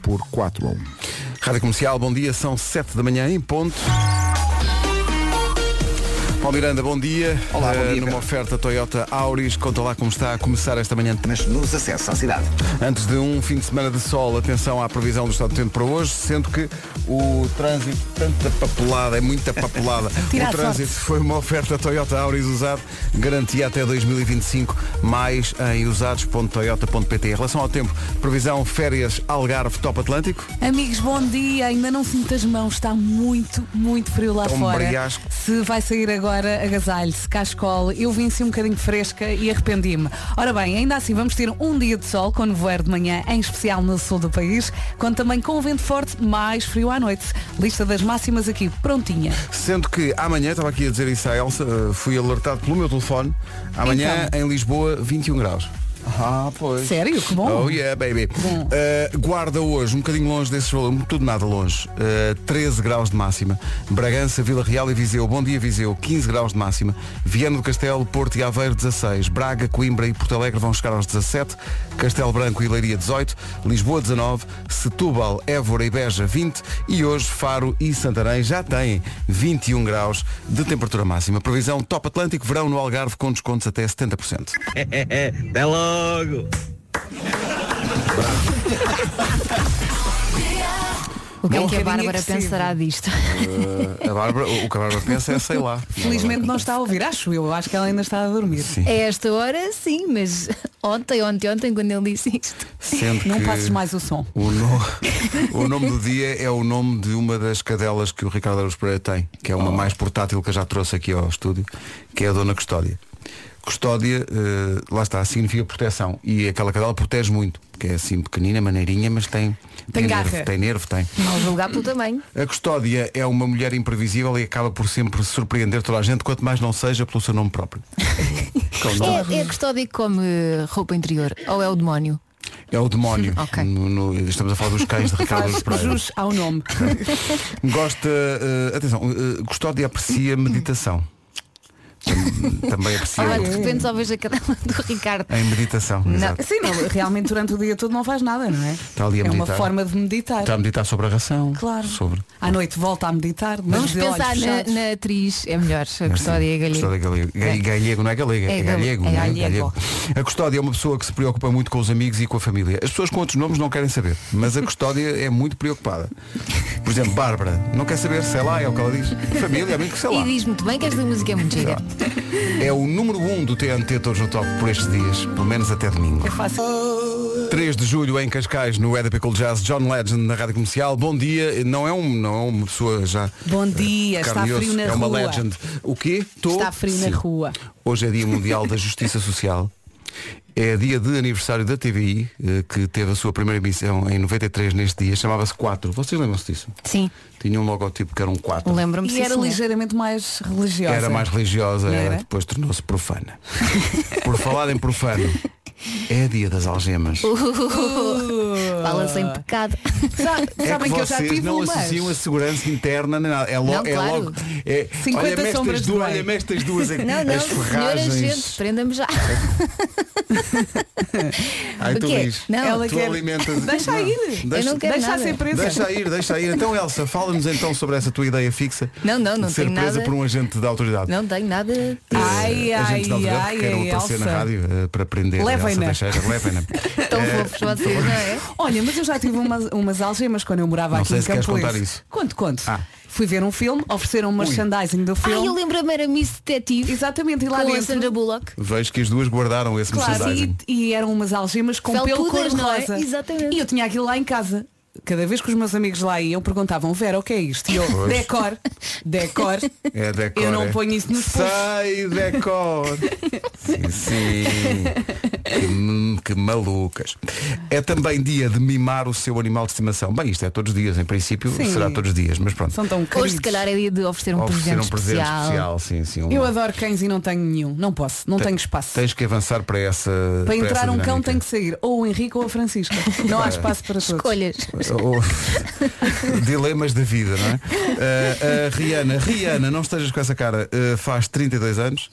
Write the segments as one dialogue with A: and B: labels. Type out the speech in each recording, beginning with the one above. A: por 4 a 1. Rádio Comercial, bom dia, são 7 da manhã em ponto. Paulo Miranda, bom dia.
B: Olá, bom
A: Eh,
B: dia,
A: Numa
B: Pedro.
A: oferta Toyota Auris, conta lá como está a começar esta manhã.
B: Mas nos acessos à cidade.
A: Antes de um fim de semana de sol, atenção à previsão do estado do tempo para hoje, sendo que o trânsito, tanta papelada, é muita papelada.
C: Tira
A: o
C: a
A: trânsito foi uma oferta Toyota Auris usado, garantia até 2025, mais em usados.toyota.pt. Em relação ao tempo, previsão férias Algarve Top Atlântico.
C: Amigos, bom dia. Ainda não sinto as mãos, está muito, muito frio lá
A: Está um
C: fora.
A: briasco.
C: Se vai sair agora, agasalhe-se, cascol. Eu vim assim um bocadinho fresca e arrependi-me. Ora bem, ainda assim vamos ter um dia de sol com nevoeiro de manhã, em especial no sul do país, quando também com o vento forte, mais frio à noite. Lista das máximas aqui, prontinha.
A: Sendo que amanhã, estava aqui a dizer isso à Elsa, eh, fui alertado pelo meu telefone, amanhã em Lisboa 21 graus.
B: Então. Ah, pois.
C: Sério, que bom.
A: Oh yeah, baby.
C: Bom.
A: Uh, guarda hoje, um bocadinho longe desses valores, tudo nada longe. Uh, 13 graus de máxima. Bragança, Vila Real e Viseu. Bom dia, Viseu. 15 graus de máxima. Viana do Castelo, Porto e Aveiro, 16. Braga, Coimbra e Porto Alegre vão chegar aos 17. Castelo Branco e Leiria, 18. Lisboa, 19. Setúbal, Évora e Beja, 20. E hoje, Faro e Santarém já têm 21 graus de temperatura máxima. Previsão Top Atlântico, verão no Algarve com descontos até 70%.
D: Até logo!
E: O que
C: Bom,
E: é que a
C: bocadinho
E: Bárbara
C: agressivo.
E: pensará disto?
A: Uh, a Bárbara, o que a Bárbara pensa é sei lá.
C: Felizmente não está a ouvir, acho eu. Acho que ela ainda está a dormir.
A: Sim.
E: A esta hora, sim, mas ontem, ontem, ontem, quando ele disse isto.
A: Sendo
C: Não
A: que
C: passes mais o som.
A: O, no- o nome do dia é o nome de uma das cadelas que o Ricardo Araújo Pereira tem, que é uma
C: Oh.
A: mais portátil que eu já trouxe aqui ao estúdio, que é a Dona Custódia. Custódia, eh, lá está, significa proteção. E aquela cadela protege muito, que é assim pequenina, maneirinha, mas tem,
C: Tem garra.
A: nervo, tem nervo, tem.
E: Não julgar pelo tamanho.
A: A Custódia é uma mulher imprevisível e acaba por sempre surpreender toda a gente, quanto mais não seja pelo seu nome próprio. Que é o nome-
E: É, é a custódia que come roupa interior. Ou é o demónio?
A: É o demónio.
E: Ok.
A: No- no- estamos a falar dos cães de Ricardo
C: Faz
A: Araújo Pereira.
C: jus ao nome.
A: Gosta, eh, atenção, eh, Custódia aprecia meditação. Tam- Também aprecia
E: Olha, Ah, de repente só vejo a cadela do Ricardo.
A: em meditação. Ah, é. exato.
C: Sim, não, realmente durante o dia todo não faz nada, não é?
A: Está ali a
C: é uma
A: meditar.
C: forma de meditar.
A: Está a meditar sobre a ração.
C: Claro.
A: Sobre.
C: À noite volta a meditar, mas
E: Vamos
C: de
E: pensar
C: olhos
E: na,
C: fechados.
E: na atriz. É melhor, a custódia galego.
A: Custódia é galego. Ga- Galego não é galego, é,
E: É gal-
A: galego.
E: é
A: não é?
E: galego.
A: A Custódia é uma pessoa que se preocupa muito com os amigos e com a família. As pessoas com outros nomes não querem saber, mas a Custódia é muito preocupada. Por exemplo, Bárbara, não quer saber, sei lá, é o que ela diz. Família, amigo, sei
E: E
A: lá.
E: diz muito bem que esta música é muito gira.
A: É o número 1 um do TNT Todos no Top por estes dias, pelo menos até domingo.
C: É fácil.
A: 3 de julho em Cascais, no EDP Cool Jazz, John Legend na Rádio Comercial. Bom dia, não é, um, não é uma pessoa já.
C: Bom dia,
A: eh, de
C: está
A: carne e
C: frio
A: osso,
C: na
A: É uma
C: rua.
A: legend. O quê? Tô-
C: Está frio
A: Sim.
C: na rua.
A: Hoje é Dia Mundial da Justiça Social. É dia de aniversário da TVI, eh, que teve a sua primeira emissão em 93 neste dia, chamava-se 4. Vocês lembram-se disso?
E: Sim,
A: Tinha um logotipo que era um 4.
E: lembro-me
C: E era ligeiramente mais religiosa.
A: Era mais religiosa,
C: Não
A: era.
C: era?
A: depois tornou-se profana. Por falar em profano, é dia das algemas.
E: Uh! Fala assim. sem pecado.
C: Sa-
A: É
C: sabem que,
A: que
C: eu já
A: vocês
C: tive
A: não
C: umas.
A: associam a segurança interna nem nada. É, lo-
E: Não,
A: é
E: claro.
A: logo. É,
C: 50
A: olha-me
C: sombras
A: estas
C: de
A: duas,
C: Grey.
A: olha-me estas duas aqui.
E: Não, não,
A: as
E: senhora
A: ferragens.
E: gente, prenda-me já.
A: Ai,
E: O
A: tu
E: quê?
A: lhes.
E: Não.
C: Ela
A: tu
C: quer-
A: alimentas.
C: Deixa
A: Não,
C: ir.
A: Deixa,
E: Eu não quero
C: Deixa
E: nada.
C: ser presa.
A: Deixa ir, deixa ir. Então, Elsa, fala-nos então sobre essa tua ideia fixa.
E: Não, não, não
A: de ser
E: tenho
A: presa
E: nada.
A: por um agente da autoridade.
E: Não tenho nada.
C: Ai,
A: Eh, agentes
C: ai,
A: da autoridade
C: ai,
A: que queiram
C: ai,
A: aparecer na
C: Elsa.
A: rádio eh, para prender
C: Levem-na.
A: a Elsa Teixeira. Levem-na. Eh,
E: Tão fofos vocês, não é?
C: Olha, mas eu já tive umas, umas algemas quando eu morava
A: Não
C: aqui
A: sei
C: em
A: se queres
C: Campo
A: contar
C: Limpo.
A: isso.
C: Conto, conto.
A: Ah.
C: Fui ver um filme, ofereceram um merchandising do
E: Ai, eu
C: filme.
E: lembro-me era Miss Detetive.
C: Exatamente, e lá
E: Com a
C: dentro.
E: Sandra Bullock.
A: Vejo que as duas guardaram esse
C: Claro, e,
A: merchandising.
C: e eram umas algemas com pelo
E: Felpudas, não é?
C: cor-de-rosa.
E: Exatamente.
C: E eu tinha aquilo lá em casa. Cada vez que os meus amigos lá iam, perguntavam, Vera, o que é isto? E eu,
A: Pois.
C: decor, decor.
A: É decor.
C: Eu não
A: é.
C: ponho isso nos pulsos.
A: Sei decor. sim, sim. Que, hum, que malucas. É também dia de mimar o seu animal de estimação. Bem, isto é todos os dias, em princípio
C: Sim.
A: será todos os dias, mas pronto.
C: São tão caros.
E: Hoje se calhar é dia de oferecer um,
A: Oferecer
E: presente,
A: um presente especial. sim, sim. um-
C: Eu adoro cães e não tenho nenhum. Não posso, não
A: Te-
C: tenho espaço.
A: Tens que avançar para essa.
C: Para entrar um cão tem que sair ou o Henrique ou a Francisca. Não
A: É.
C: há espaço para todos.
E: Escolhas.
A: Dilemas da vida, não é? Ah, a Rihanna, Rihanna, não Eh, estejas com essa cara, ah, faz 32 anos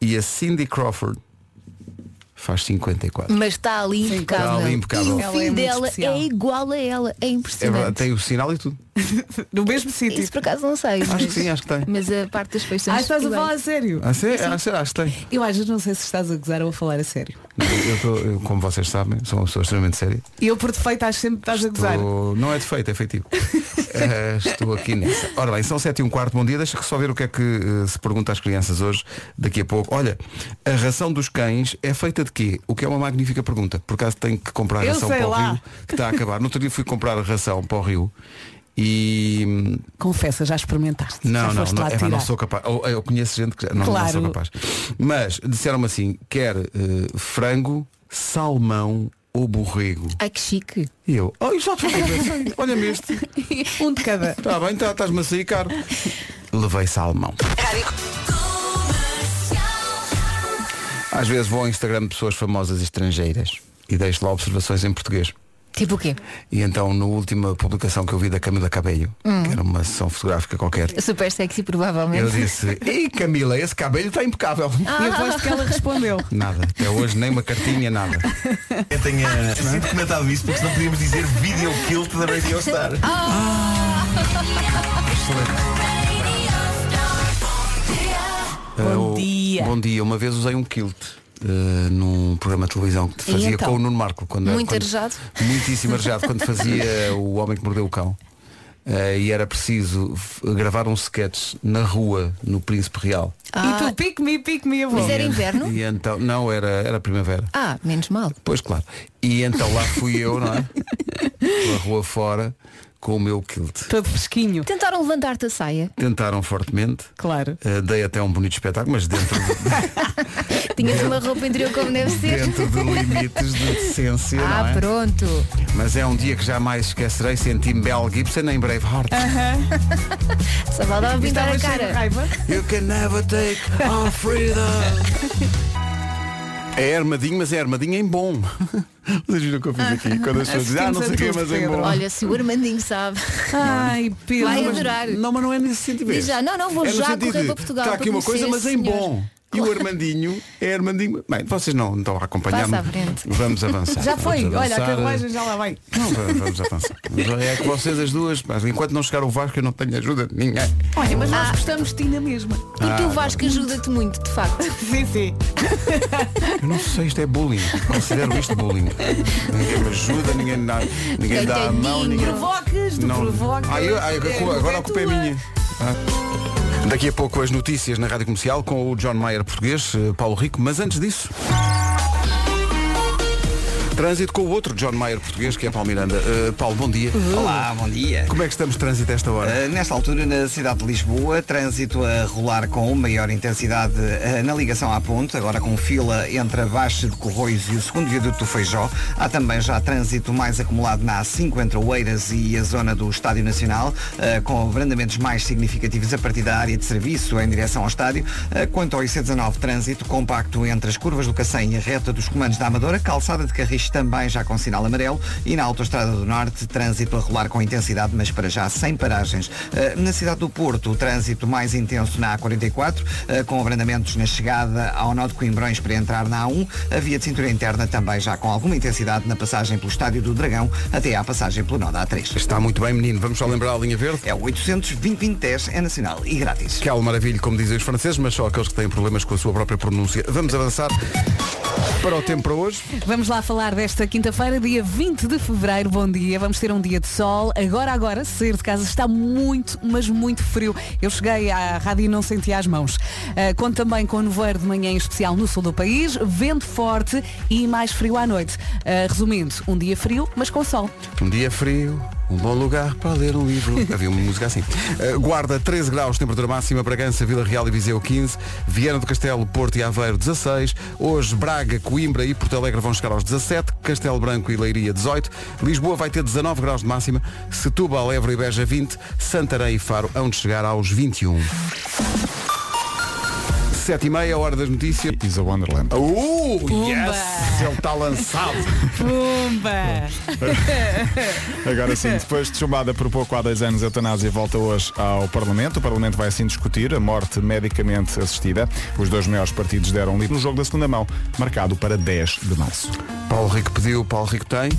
A: e a Cindy Crawford faz 54.
E: Mas está ali impecável.
A: Está ali impecável.
E: E o
C: Ela é
E: filho
C: muito
E: dela
C: especial.
E: é igual a ela. É
A: É verdade,
E: impressionante.
A: tem o sinal e tudo.
C: No mesmo sítio.
E: Isso por acaso não sei.
A: Acho
E: mas-
A: que sim, acho que tem.
E: Mas a parte das feições.
C: Ah, estás a
E: iguais.
C: falar a sério?
A: Ah, sim? Ah, sim, acho que tem.
C: Eu às vezes não sei se estás a gozar ou a falar a sério.
A: Não, Eu tô- eu, como vocês sabem, sou uma pessoa extremamente séria.
C: E eu por defeito acho sempre que estás a gozar.
A: Estou- Não é defeito, é feitiço. Eh, estou aqui nessa. Ora bem, são 7 e um quarto, bom dia. Deixa que só ver o que é que eh, se pergunta às crianças hoje, daqui a pouco. Olha, a ração dos cães é feita de quê? O que é uma magnífica pergunta. Por acaso tenho que comprar
C: Eu
A: ração
C: sei
A: para o
C: lá.
A: rio, que está a acabar. No outro dia fui comprar ração para o rio e. hum,
C: Confessa, já experimentaste.
A: Não,
C: já
A: não,
C: foste
A: não,
C: lá
A: é, pá,
C: tirar.
A: não sou capaz. Ou, eu conheço gente que já- não, não sou
C: Claro.
A: capaz. Mas disseram-me assim, quer eh, frango, salmão ou borrego.
E: Ai que chique.
A: E eu, oh, isto já te falei. olha-me este.
C: Um de cada.
A: Está bem, tá- estás-me a sair caro. Levei salmão. Às vezes vou ao Instagram de pessoas famosas estrangeiras e deixo lá observações em português.
E: Tipo o quê?
A: E então, na última publicação que eu vi da Camila Cabello, que era uma sessão fotográfica qualquer,
E: Super sexy, provavelmente.
A: eu disse, ei Camila, esse cabelo está impecável.
C: E aposto que ela respondeu.
A: Nada, até hoje nem uma cartinha, nada.
F: Eu tenho a... sinto comentado isso porque senão podíamos dizer video kilt da Radio Star.
A: Eu-
C: dia.
A: Eh, Bom dia. Uma vez usei um kilt. eh, num programa de televisão que
C: E
A: fazia
C: então?
A: com o Nuno Marco quando
E: Muito
A: quando,
E: arejado?
A: muitíssimo arejado quando fazia o homem que mordeu o cão Eh, e era preciso f- gravar um sketch na rua no Príncipe Real
E: Ah.
C: E tu pique-me, pique-me, avô.
E: Mas é- era
A: E en-
E: inverno?
A: e então não era era primavera
E: Ah, menos mal.
A: Pois claro. E então lá fui eu, não é? Pela rua fora, com o meu kilt.
C: Todo fresquinho.
E: Tentaram levantar-te a saia.
A: Tentaram fortemente.
C: Claro.
A: eh, dei até um bonito espetáculo, mas dentro,
E: Tinhas uma roupa interior como deve ser.
A: dentro de limites de decência. não
E: Ah,
A: é?
E: pronto.
A: Mas é um dia que jamais esquecerei senti-me Mel Gibson em Braveheart.
E: Só faltava pintar a
C: Estavas cheio
E: cara.
C: de raiva.
A: You can never take our freedom. É armadinho, mas é armadinho em bom. Vocês viram o que eu fiz aqui? Quando as pessoas dizem, ah, não sei o quê,
C: Assistimos a
A: mas em
C: tudo,
A: bom.
E: Olha, se o Armandinho sabe.
C: Ai, Pedro.
E: Vai
C: mas-
E: adorar.
A: Não, mas não é nesse sentido.
E: Diz já, não, não, vou
A: é no
E: já
A: sentido
E: correr
A: de,
E: para Portugal
A: Está
E: para
A: aqui uma coisa, mas
E: conhecer
A: em
E: esse senhor.
A: bom. E o Armandinho é Armandinho. Bem, vocês não, não estão a acompanhar-me.
E: Passa à frente.
A: Vamos avançar.
C: Já foi.
A: Vamos
C: Olha, a
A: avançar.
C: carruagem já lá vai.
A: Não, va- vamos avançar. É que vocês as duas, mas enquanto não chegar o Vasco eu não tenho ajuda de ninguém.
C: Olha, mas
E: ah.
C: nós gostamos de ti na mesma.
E: Porque o Vasco ajuda-te muito, de facto.
C: Sim, sim.
A: Eu não sei, isto é bullying. Considero isto bullying. Ninguém me ajuda, ninguém, dá- ninguém dá a mão,
E: Coitadinho.
A: ninguém.
C: Provocas, tu provocas.
A: Ah, eu- ah, eu- agora a culpa é
C: tua.
A: minha. Ah. Daqui a pouco as notícias na Rádio Comercial com o John Mayer português, eh, Paulo Rico, mas antes disso. Trânsito com o outro John Mayer português, que é Paulo Miranda. Eh, Paulo, bom dia.
F: Uhum.
B: Olá, bom dia.
A: Como é que estamos de trânsito a esta
F: Eh,
A: hora?
B: Uh, nesta altura, na cidade de Lisboa, trânsito a rolar com maior intensidade uh, na ligação à ponte, agora com fila entre a Baixa de Corroios e o segundo viaduto do Feijó. Há também já trânsito mais acumulado na A5 entre Oeiras e a zona do Estádio Nacional, uh, com abrandamentos mais significativos a partir da área de serviço em direção ao estádio. Uh, Quanto ao IC19, trânsito compacto entre as curvas do Cacém e a reta dos comandos da Amadora, calçada de Carris também já com sinal amarelo e na Autostrada do Norte, trânsito a rolar com intensidade, mas para já sem paragens. Eh, na cidade do Porto, o trânsito mais intenso na A44, eh, com abrandamentos na chegada ao nó de Coimbrões para entrar na A1, a via de cintura interna também já com alguma intensidade na passagem pelo Estádio do Dragão até à passagem pelo nó da A3.
A: Está muito bem, menino. Vamos só lembrar a linha verde.
B: É o 800 2010 é nacional e grátis.
A: Que é uma maravilha, como dizem os franceses, mas só aqueles que têm problemas com a sua própria pronúncia. Vamos avançar para o tempo para hoje.
C: Vamos lá falar desta quinta-feira, dia 20 de fevereiro. Bom dia, vamos ter um dia de sol. Agora, agora, sair de casa está muito, mas muito frio. Eu cheguei à rádio e não senti as mãos. Ah, conto também com nevoeiro de manhã, em especial no sul do país, vento forte e mais frio à noite. Ah, resumindo, um dia frio, mas com sol.
A: Um dia frio, um bom lugar para ler um livro. Havia uma música assim. Uh, Guarda 13 graus, temperatura máxima, Bragança, Vila Real e Viseu 15, Viana do Castelo, Porto e Aveiro 16, hoje Braga, Coimbra e Porto Alegre vão chegar aos 17, Castelo Branco e Leiria 18, Lisboa vai ter 19 graus de máxima, Setúbal, Évora e Beja 20, Santarém um. e Faro hão de chegar aos 21. 7h30, hora das notícias.
G: Is a Wonderland.
A: Uh,
C: Pumba.
A: yes! Ele está lançado.
C: Pumba!
G: Agora sim, depois de chumbada por pouco há dois anos, a eutanásia volta hoje ao Parlamento. O Parlamento vai assim discutir a morte medicamente assistida. Os dois maiores partidos deram livre no jogo da segunda mão, marcado para 10 de março.
A: Paulo Rico pediu, Paulo Rico tem.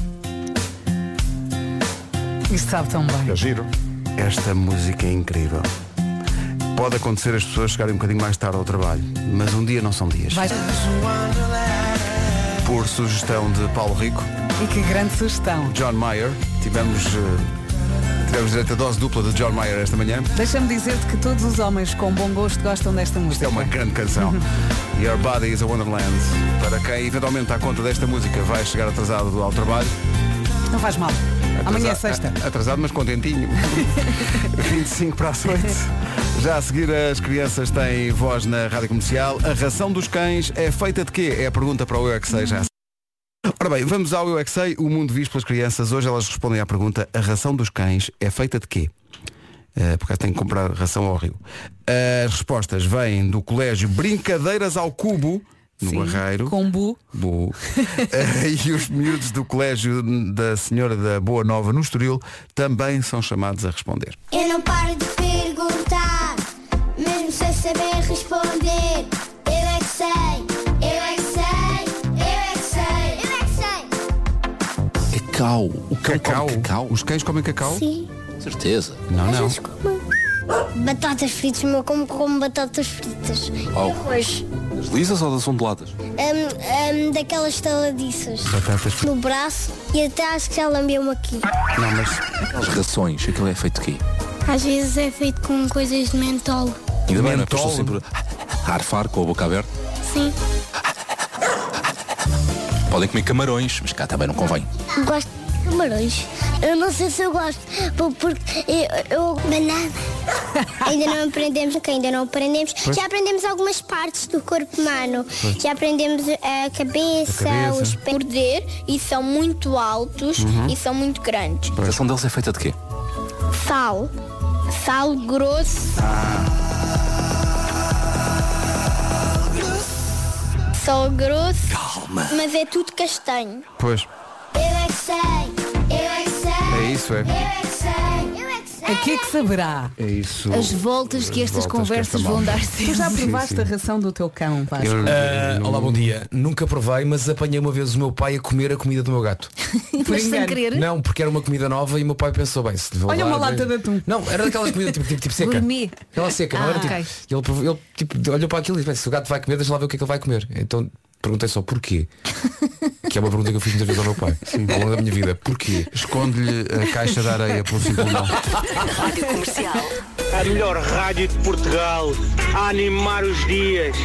C: Isto sabe tão bem.
G: É giro.
A: Esta música é incrível. Pode acontecer as pessoas chegarem um bocadinho mais tarde ao trabalho, mas um dia não são dias.
C: Vai-
A: Por sugestão de Paulo Rico,
C: E que grande sugestão.
A: John Mayer, tivemos, eh, tivemos direito a dose dupla de John Mayer esta manhã.
C: Deixa-me dizer-te que todos os homens com bom gosto gostam
A: Isto
C: desta
A: é
C: música.
A: uma grande canção. Your Body is a Wonderland. Para quem eventualmente à conta desta música vai chegar atrasado ao trabalho.
C: Não faz mal. Amanhã é
A: Atrasa-
C: sexta.
A: a- Atrasado, mas contentinho. 25 para as 8. Já a seguir, as crianças têm voz na rádio comercial. A ração dos cães é feita de quê? É a pergunta para o Eu É Que Sei já. Ora bem, vamos ao Eu É Que Sei, o mundo visto pelas crianças. Hoje elas respondem à pergunta: a ração dos cães é feita de quê? Eh, porque tem que comprar ração ao rio. As respostas vêm do colégio Brincadeiras ao Cubo, no Barreiro.
C: Com bu.
A: Bom. e os miúdos do colégio da Senhora da Boa Nova no Estoril também são chamados a responder.
H: Eu não paro de perguntar, mesmo sem saber responder. Eu é que sei, eu é que sei, eu é que sei, eu é que sei.
I: Cacau. O cão cacau. come cacau?
A: Os cães comem cacau?
H: Sim,
I: É Certeza.
A: Não, não.
H: Batatas fritas, meu como como batatas fritas.
I: Oh.
H: E arroz.
I: Das lisas ou das onduladas?
H: Hum, hum, daquelas taladiças.
A: Batatas fritas.
H: No braço e até acho que já lambeu aqui.
A: Não, mas
I: As rações, aquilo é feito de quê?
H: Às vezes é feito com coisas de mentol.
I: Ainda bem, não é? Pois
A: Mentol.
I: Estou sempre a arfar com a boca aberta.
H: Sim.
I: Podem comer camarões, mas cá também não convém.
H: Gosto de camarões. Eu não sei se eu gosto, po- porque eu. eu... Banana. ainda não aprendemos, ok, ainda não aprendemos. Já aprendemos algumas partes do corpo humano. Já aprendemos a cabeça,
A: cabeça. Uhum.
H: os pés. Morder e são muito altos e são muito grandes.
I: A ração deles é feita de quê?
H: Sal. Sal grosso. Sal grosso.
I: Calma.
H: Mas é tudo castanho.
A: pois,
H: Eu é que sei, eu é que sei.
A: é isso,
H: Eu
A: é.
H: é que sei, eu é que sei.
C: A que é que saberá?
A: É isso.
E: As voltas que estas
A: voltas que
E: conversas
A: esta
E: vão
A: malta-
E: dar
C: Tu
E: sempre.
C: já
A: Sim,
C: provaste
A: sim.
C: a ração do teu cão, Vasco?
A: Eu-
J: Ah,
A: não-
J: olá, bom dia. Nunca provei, mas apanhei uma vez o meu pai a comer a comida do meu gato.
E: Mas sem
C: engano.
E: querer.
J: Não, porque era uma comida nova e o meu pai pensou bem, se lhe vou
C: Hum? Olha
J: dar,
C: uma lata
J: bem-
C: de atum.
J: Não, era daquela comida tipo, tipo, tipo seca.
E: Gourmet.
J: Ela seca,
E: Ah,
J: não era tipo.
E: ok.
J: e Ele, provou- ele, tipo, olhou para aquilo e disse, "Bem, se o gato vai comer, deixa lá ver o que é que ele vai comer. Então perguntei só porquê. Que é uma pergunta que eu fiz muitas vezes ao meu pai. Ao longo da minha vida. Porquê?
A: Esconde-lhe a caixa de areia pelo simples não.
K: Rádio Comercial.
D: A melhor rádio de Portugal a animar os dias.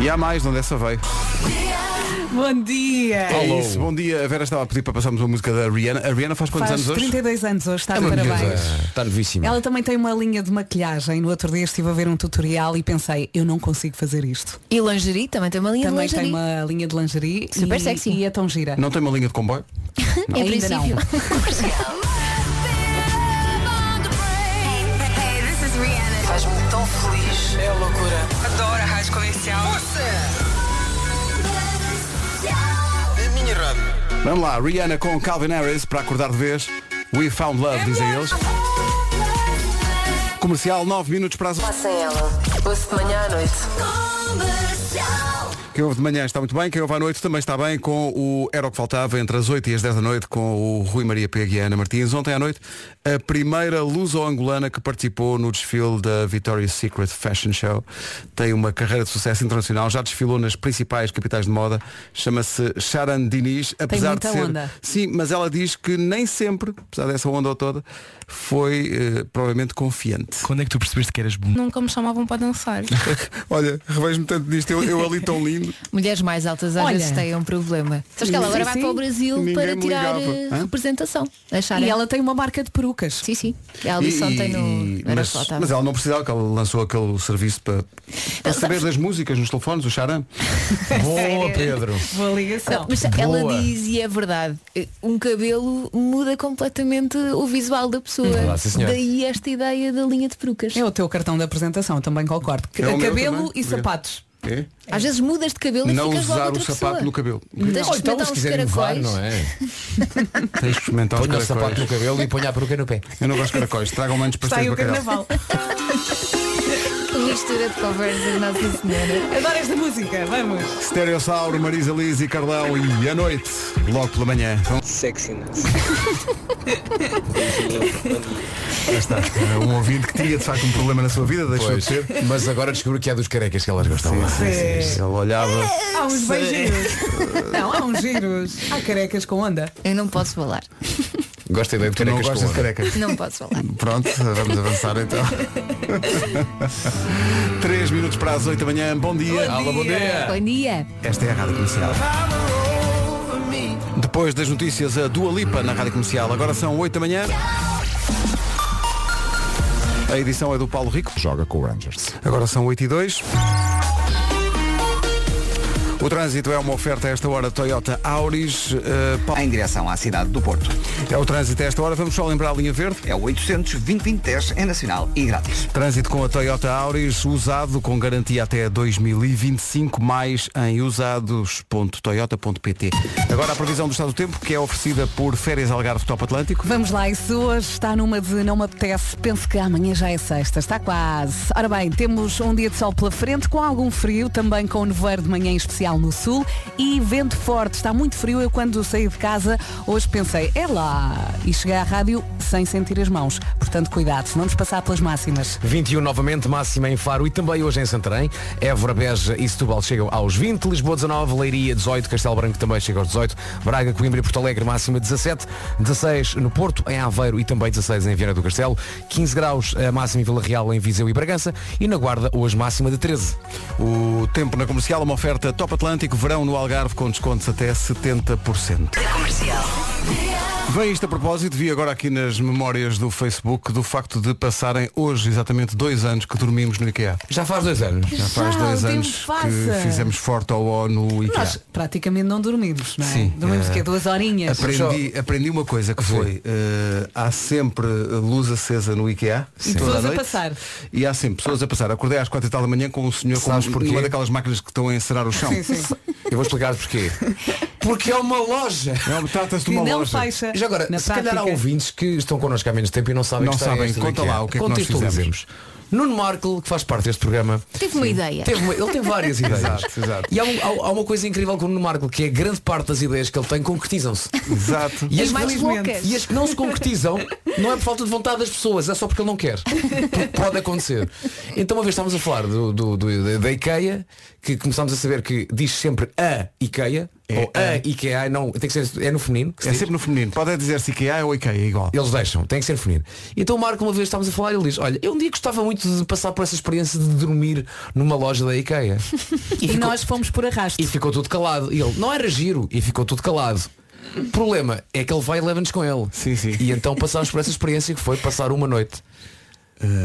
A: E há mais, onde essa veio.
C: Bom dia!
A: É isso, bom dia. A Vera estava a pedir para passarmos uma música da Rihanna. A Rihanna faz quantos
C: Faz
A: anos hoje? É
C: 32 anos hoje, está de
J: Maravilhosa.
C: parabéns.
J: Está novíssima.
C: Ela também tem uma linha de maquilhagem. No outro dia estive a ver um tutorial e pensei, eu não consigo fazer isto.
E: E lingerie, também tem uma linha
C: também
E: de
C: tem
E: lingerie.
C: uma linha de lingerie.
E: Super
C: e,
E: sexy.
C: E é tão gira.
A: Não tem uma linha de comboio?
E: Em
C: Ainda não.
E: princípio.
K: Faz-me tão feliz. É loucura. Adoro a rádio comercial.
A: Vamos lá, Rihanna com Calvin Harris para acordar de vez. We found love, dizem eles. Comercial, 9 minutos para as
K: Passem ela. Doce de manhã à noite.
A: Quem ouve de manhã está muito bem, quem ouve à noite também está bem com o Era o que Faltava entre as 8 e as 10 da noite com o Rui Maria Pega e a Ana Martins. Ontem à noite, a primeira luso-angolana que participou no desfile da Victoria's Secret Fashion Show tem uma carreira de sucesso internacional, já desfilou nas principais capitais de moda, chama-se Sharon Diniz, apesar
C: muita
A: de ser...
C: onda.
A: Sim, mas ela diz que nem sempre, apesar dessa onda toda, foi eh, provavelmente confiante.
J: Quando é que tu percebeste que eras bom?
H: Nunca me chamavam para dançar.
A: Olha, revejo-me tanto disto, eu, eu ali tão lindo. ninguém.
E: Mulheres mais altas às
C: Olha.
E: vezes têm um problema. Sabes que ela
C: Sim,
E: agora vai
C: sim.
E: para o Brasil
C: Ninguém
E: para
C: me
E: tirar
A: ligava.
E: eh,
A: Hã?
E: representação.
C: E ela tem uma marca de perucas.
E: Sim, sim. Ela disse ontem no. Era tá.
A: mas, mas ela não precisava, que ela lançou aquele serviço para, para saber das músicas nos telefones, o Xará. Boa, Pedro.
C: Boa ligação.
E: Não, mas
A: Então, Boa.
E: ela diz, e é verdade, eh, um cabelo muda completamente o visual da pessoa.
C: É verdade, sim, senhora.
E: Daí esta ideia da linha de perucas.
C: É o teu cartão de apresentação, também concordo.
A: É o meu
C: Cabelo
A: também.
C: e sapatos.
A: É?
E: Às vezes mudas de cabelo e
A: Não
E: ficas logo
A: usar o
E: outra
A: sapato
E: pessoa.
A: no cabelo.
E: Tens de
A: Não, então,
E: experimentar
A: se
E: uns
A: quiserem levar,
E: caracóis.
A: não é? Tens de experimentar os
J: Ponha o
A: caracóis.
J: sapato no cabelo e ponha a peruca no pé.
A: Eu não gosto de caracóis. Tragam-me antes para
E: Sai o
A: ser bacalhau.
E: Mistura de conversas, Nossa Senhora.
C: Adoro esta música, vamos.
A: Stereossauro, Marisa Liz e Carlão e à noite, logo pela manhã. Então, Sexiness. está. É Um ouvinte que tinha de facto um problema na sua vida, deixou
J: Pois.
A: de ter.
J: Mas agora descobriu que é dos carecas que elas gostam mais.
A: Sim, sim, sim. Ele olhava.
C: Há uns bem giros. Não, há uns giros. Há carecas com onda.
E: Eu não posso falar.
J: Gosta de
A: Tu não
J: carecas
A: gostas de
J: com onda.
A: carecas.
E: Não posso falar.
A: Pronto, vamos avançar então. Três minutos para as oito da manhã. Bom dia.
E: Bom dia.
A: Esta é a Rádio Comercial. Depois das notícias, a Dua Lipa na Rádio Comercial. Agora são 8 da manhã. A edição é do Paulo Rico.
G: Joga com o Rangers.
A: Agora são 8 e 2. O trânsito é uma oferta a esta hora Toyota Auris eh,
B: em direção à cidade do Porto.
A: É o trânsito a esta hora, vamos só lembrar a linha verde.
B: É o 800 é nacional e grátis.
A: Trânsito com a Toyota Auris, usado com garantia até 2025, mais em usados.toyota.pt. Agora a previsão do estado do tempo, que é oferecida por Férias Algarve Top Atlântico.
C: Vamos lá, e se hoje está numa de não me apetece, penso que amanhã já é sexta, está quase. Ora bem, temos um dia de sol pela frente, com algum frio, também com nevoeiro de manhã em especial no sul, e vento forte, está muito frio, eu quando saí de casa, hoje pensei, é lá, e cheguei à rádio sem sentir as mãos. Portanto, cuidado, se não nos passar pelas máximas.
J: 21 novamente, máxima em Faro e também hoje em Santarém. Évora, Beja e Setúbal chegam aos 20, Lisboa 19, Leiria 18, Castelo Branco também chega aos 18, Braga, Coimbra e Porto Alegre máxima 17, 16 no Porto, em Aveiro e também 16 em Viana do Castelo, 15 graus a máxima em Vila Real, em Viseu e Bragança e na Guarda hoje máxima de 13.
A: O tempo na comercial, uma oferta Top Atlântico, verão no Algarve com descontos até 70%.
K: Comercial.
A: Vem isto a propósito, vi agora aqui nas memórias do Facebook do facto de passarem hoje exatamente dois anos que dormimos no IKEA.
J: Já faz dois anos.
A: Já faz
C: Já,
A: dois
C: o tempo
A: anos
C: passa.
A: que fizemos forte ao ó no IKEA.
C: Nós é praticamente não dormimos, não é?
A: Sim.
C: Dormimos
A: Eh,
C: que duas horinhas.
A: Aprendi, aprendi uma coisa que foi, eh, há sempre luz acesa no IKEA.
C: E
A: toda
C: pessoas a
A: noite,
C: passar.
A: E há sempre pessoas a passar. Acordei às quatro e tal da manhã com um senhor com
J: Sabes porquê?
A: uma daquelas máquinas que estão a encerar o chão.
J: Sim, sim. Eu vou explicar porquê. Porque é uma loja.
A: É, Trata-se de uma loja.
J: Já agora, se calhar há ouvintes que estão connosco há menos tempo e não sabem
A: Não
J: que está
A: sabem.
J: esta
A: Conta
J: daqui.
A: lá o que é que nós
J: Contextualizemos. Nuno Marco, que faz parte deste programa,
E: Teve uma ideia.
J: Teve uma- ele tem várias ideias.
A: Exato, exato.
J: E há, um- há- há uma coisa incrível com o Nuno Marco, que é grande parte das ideias que ele tem concretizam-se.
A: Exato.
J: E
E: As
J: as,
E: mais
J: que-
E: loucas.
J: e as que não se concretizam não é por falta de vontade das pessoas, é só porque ele não quer. Porque pode acontecer. Então uma vez estávamos a falar do, do- do- da- da IKEA, que começámos a saber que diz sempre a IKEA, ou a IKEA, não, tem que ser, é no feminino. que se
A: É
J: diz.
A: sempre no feminino. Pode é dizer-se IKEA ou IKEA, é igual.
J: Eles deixam, tem que ser feminino. Então o Marco, uma vez estávamos a falar, ele diz, olha, eu um dia gostava muito de passar por essa experiência de dormir numa loja da IKEA.
C: E, nós fomos por arrasto.
J: E tipo, ficou tudo calado. E ele, não era giro, e ficou tudo calado. O problema é que ele vai e leva-nos com ele.
A: Sim, sim.
J: E então passámos por essa experiência que foi passar uma noite.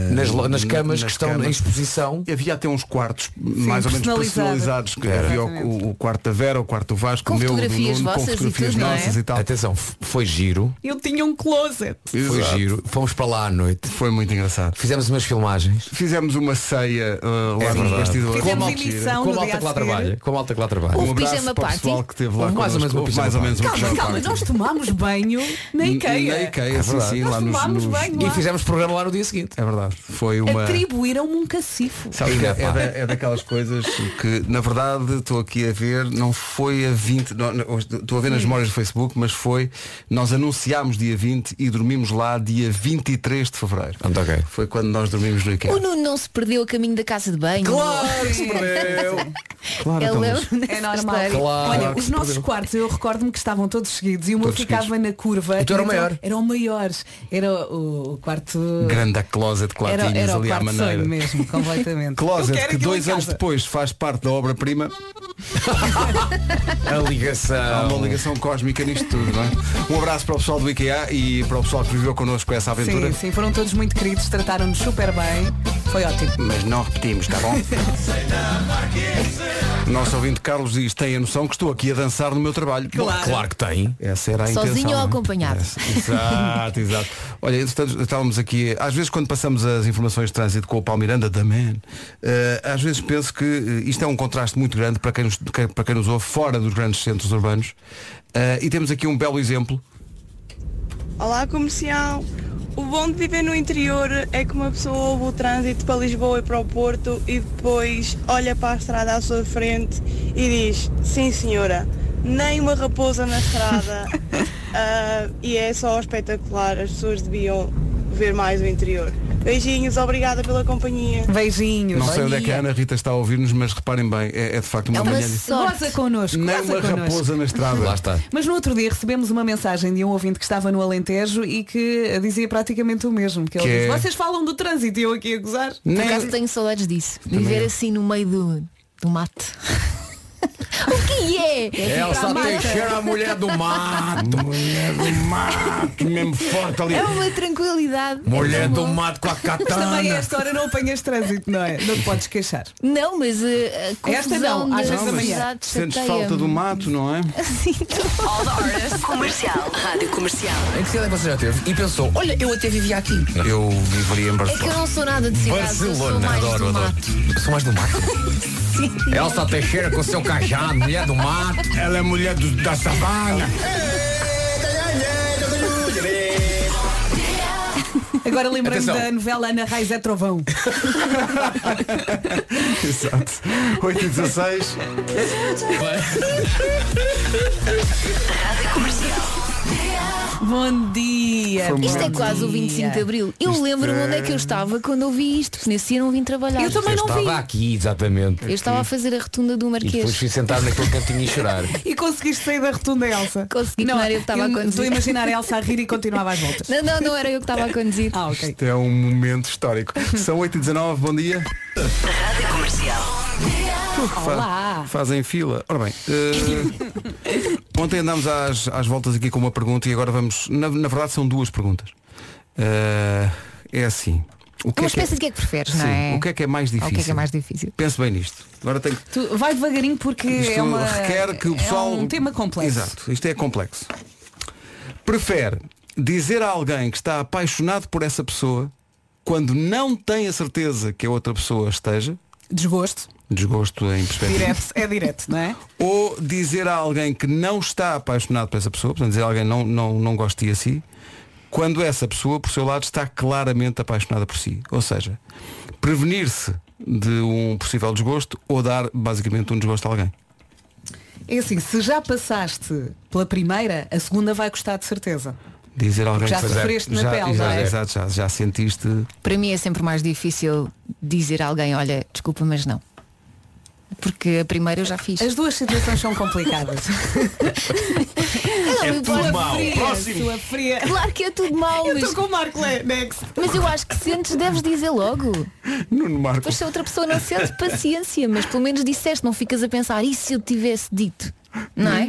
J: nas, lo- Eh, nas camas que estão em exposição.
A: Havia até uns quartos mais ou menos personalizados. Que
J: Era.
A: havia o, o quarto da Vera, o quarto do Vasco,
J: Com
A: o meu, do
J: fotografias
A: Nuno, com
J: vossas e
A: fotografias
J: tudo, não é?
A: nossas e tal.
J: Atenção, foi giro.
C: Eu tinha um closet.
J: Foi
A: Exato.
J: giro. Fomos para lá à noite.
A: Foi muito engraçado.
J: Fizemos umas filmagens.
A: Fizemos uma ceia uh, lá
J: É
A: nos
J: verdade.
A: bastidores.
J: Com a
C: Fizemos
J: malta-
C: emissão
J: com a
C: no
J: malta
C: dia
J: que lá
C: a seguir.
J: trabalha. Com a malta que lá trabalha.
A: Um
C: Houve
A: abraço
C: pijama
A: para o
C: party?
A: pessoal que teve lá
J: Houve mais ou menos
A: connosco.
J: uma
A: Houve
J: pijama
A: mais ou menos uma
J: party.
C: Calma,
A: pijama
C: calma,
A: party.
C: nós tomámos banho na IKEA.
A: Na IKEA,
J: É
A: sim,
J: verdade.
A: sim,
C: Nós
A: lá nos,
C: tomámos
A: nos-
C: banho
J: E
C: lá.
J: fizemos programa lá no dia seguinte.
A: É verdade. Foi uma.
C: Atribuíram-me um cacifo.
A: Sabe, é, é da- é daquelas coisas que, na verdade, estou aqui a ver, não foi a 20, não- não, estou a ver nas memórias do Facebook, mas foi, nós anunciámos dia 20 e dormimos lá dia 23 de Fevereiro. Foi quando nós dormimos no
E: O
A: IKEA.
E: Nuno não se perdeu a caminho da casa de banho.
J: Claro que se perdeu.
A: Claro, então,
E: Ele
A: mas-
E: é,
C: É normal.
A: Claro.
C: Olha,
A: Claro que
C: os
A: se
C: nossos
A: perdeu.
C: quartos, eu recordo-me que estavam todos seguidos e o meu
A: Todos
C: ficava na curva.
J: E tu era o
C: Então,
J: maior.
C: Era o maior. Era o o quarto.
A: Grande a closet de
C: Era,
A: Clatinhas
C: era o
A: ali à
C: quarto
A: maneira.
C: sonho mesmo, completamente. Eu
A: Closet
C: quero
A: que
C: aquilo em
A: dois anos
C: casa.
A: depois faz parte da obra-prima
J: A ligação.
A: Há uma ligação cósmica nisto tudo, não é? Um abraço para o pessoal do IKEA e para o pessoal que viveu connosco essa aventura.
C: Sim, sim, foram todos muito queridos, trataram-nos super bem. Foi ótimo.
A: Mas não repetimos, está bom? Nosso ouvinte Carlos diz, tem a noção que estou aqui a dançar no meu trabalho.
E: Claro.
A: que tem. Essa era a
E: Sozinho
A: intenção.
E: ou
A: não é?
E: acompanhado?
A: Exato, exato. Olha, entretanto, estávamos aqui, às vezes quando passamos as informações de trânsito com o Paulo Miranda, da Man, eh, às vezes penso que eh, isto é um contraste muito grande para quem nos, que- para quem nos ouve fora dos grandes centros urbanos. Eh, e temos aqui um belo exemplo.
L: Olá comercial! O bom de viver no interior é que uma pessoa ouve o trânsito para Lisboa e para o Porto e depois olha para a estrada à sua frente e diz, sim senhora, nem uma raposa na estrada. Ah, e é só espetacular, as pessoas deviam ver mais o interior. Beijinhos, obrigada pela companhia.
C: Beijinhos.
A: Não sei onde é que a Ana Rita está a ouvir-nos, mas reparem bem, é, é de facto uma, manhã.
C: Goza connosco,
A: Nem
C: goza
A: uma
C: connosco.
A: raposa na estrada. Lá está.
C: Mas no outro dia recebemos uma mensagem de um ouvinte que estava no Alentejo e que dizia praticamente o mesmo. Que ele
A: Que
C: diz,
A: é-
C: vocês falam do trânsito e eu aqui a gozar.
E: Por acaso tenho saudades disso.
A: Também
E: Viver
A: eu.
E: assim no meio do, do mato. o que é?
J: Elsa
E: Para a mata.
J: Teixeira, a mulher do mato.
A: Mulher do mato, mesmo forte ali.
E: É uma tranquilidade.
J: Mulher
E: É
J: do
E: bom.
J: mato com a
C: Mas
A: Ah,
C: também a
E: é.
J: katana.
C: esta hora não apanhas trânsito, não é? Não te podes queixar.
E: Não, mas eh, a
C: Esta
E: confusão
C: não, às
E: da
C: vezes da manhã.
E: sociedade
A: Sentes
E: chateia-me.
A: falta do mato, não é?
K: All the artists. Comercial. Rádio Comercial.
M: Em que cidade é que você já teve? E pensou, olha, eu até vivia aqui.
A: Eu viveria em
E: É que eu não sou nada de cidade, eu sou
M: Barcelona,
E: mais
M: adoro,
E: do
M: adoro.
E: mato.
J: Sou mais do mato.
E: Sim.
J: Elsa Teixeira com o seu cajado, mulher do mato.
A: Ela é mulher da savana.
C: Agora lembrei-me
A: Atenção.
C: da novela Ana Raiz é Trovão.
A: Exato. 8 e 16.
C: Bom dia.
A: Foi um
E: Isto é
A: bom
E: quase o 25 de Abril. Eu
J: Isto
E: lembro-me
J: é-
E: onde é que eu estava quando eu vi isto, porque nesse dia não vim trabalhar.
J: eu estava aqui, exatamente.
E: Eu estava a fazer a rotunda do
J: E depois
E: Marquês.
J: fui sentado naquele cantinho e chorar.
C: E conseguiste sair da rotunda, Elsa? Consegui, não,
E: claro, eu estava a conduzir.
C: Estou a imaginar a Elsa a rir e continuava às voltas.
E: Não, não, não era eu que estava a conduzir.
C: Ah, ok.
A: Isto é um momento histórico. São 8 e 19 bom dia.
K: Rádio Comercial.
A: Fa- Fazem fila. Ora bem, eh, ontem andámos às, às voltas aqui com uma pergunta e agora vamos. Na, na verdade são duas perguntas. Eh, é assim. O
E: É uma espécie de que é que preferes, não
A: Sim,
E: é?
A: O que é que é mais
E: Ou
A: difícil?
E: o que é que é mais difícil?
A: Pense bem nisto. Agora tenho que
C: Tu vai devagarinho porque
A: Isto
C: é uma,
A: requer que o pessoal.
C: é um tema complexo.
A: Exato, isto é complexo. Prefere dizer a alguém que está apaixonado por essa pessoa quando não tem a certeza que a outra pessoa esteja.
C: Desgosto.
A: Desgosto em perspectiva.
C: Direto, é direto, não é?
A: Ou dizer a alguém que não está apaixonado por essa pessoa, portanto dizer a alguém não, não, não gosto de si, quando essa pessoa, por seu lado, está claramente apaixonada por si. Ou seja, prevenir-se de um possível desgosto ou dar basicamente um desgosto a alguém.
C: É assim, se já passaste pela primeira, a segunda vai gostar de certeza.
A: Dizer a alguém
C: Já
A: que
C: sofreste na
A: já,
C: pele,
A: já,
C: não é?
A: exato, já, já sentiste.
E: Para mim é sempre mais difícil dizer a alguém, olha, desculpa, mas não. Porque a primeira eu já fiz.
C: As duas situações são complicadas.
E: É tudo mau.
C: Fria,
E: Próximo.
C: sua fria.
E: Claro que é tudo mau,
C: Eu
E: mas-
C: estou com o Marco Le- Next.
E: Mas eu acho que sentes, deves dizer logo.
A: Nuno Marco.
E: Pois se a outra pessoa não sente, paciência, mas pelo menos disseste, não ficas a pensar, e se eu tivesse dito? Não é?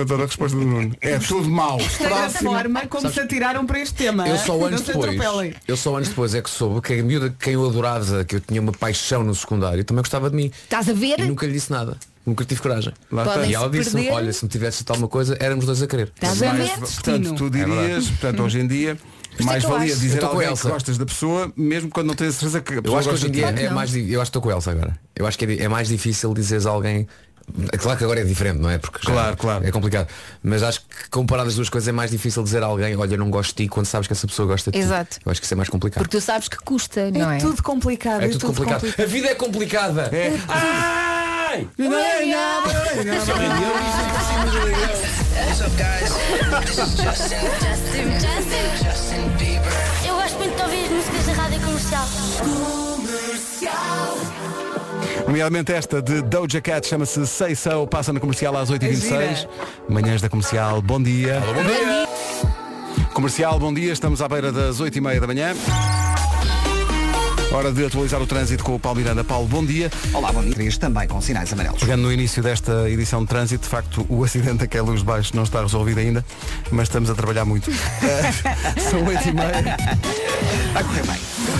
A: Adoro a resposta do Nuno. É tudo mau.
C: Gostei da forma como
J: Sabes-
C: se atiraram para este tema.
J: Eu só anos
C: não se
J: depois.
C: atropelem.
J: Eu só anos depois é que soube que a miúda que eu adorava, que eu tinha uma paixão no secundário, também gostava de mim.
E: Estás a ver?
J: E nunca lhe disse nada. Nunca tive coragem.
E: está.
J: E ela
E: Podem-se
J: disse,
E: perder.
J: olha, se me tivesse tal uma coisa, éramos dois a querer.
C: Tá
E: Estás a ver,
A: Portanto, tu dirias, portanto, hoje em dia,
J: é
A: mais
J: que eu
A: valia
J: acho. Eu
A: dizer
J: tô
A: a
J: com
A: alguém
J: a
A: que
J: Elsa.
A: gostas da pessoa, mesmo quando não tens a certeza que a
J: Eu
A: pessoa
J: acho que hoje
A: gosta
J: em
A: de
J: dia
A: ti.
J: é mais di- Eu acho que estou com a Elsa agora. Eu acho que é, di- é mais difícil dizeres a alguém. é Claro que agora é diferente, não é? Porque claro, claro. é complicado. Mas acho que comparado as duas coisas é mais difícil dizer a alguém, olha, eu não gosto de ti quando sabes que essa pessoa gosta de ti.
E: Exato.
J: Eu acho que isso é mais complicado.
E: Porque tu sabes que custa, não é? É
C: tudo complicado,
J: É tudo complicado. A vida é complicada. Ai!
E: é?
H: Eu gosto muito de ouvir as músicas da rádio comercial.
A: É. Nomeadamente esta de Doja Cat chama-se Sei So, passa na comercial às
C: É
A: 8h26. Manhãs da comercial, bom dia. bom dia. Comercial, bom dia, estamos à beira das 8h30 da manhã. Hora de atualizar o trânsito com o Paulo Miranda. Paulo, bom dia.
B: Olá, bom dia. Também com sinais amarelos.
A: Pegando no início desta edição de trânsito, de facto, o acidente a que é luz de baixo não está resolvido ainda, mas estamos a trabalhar muito. Eh, São oito e meia. Vai correr bem.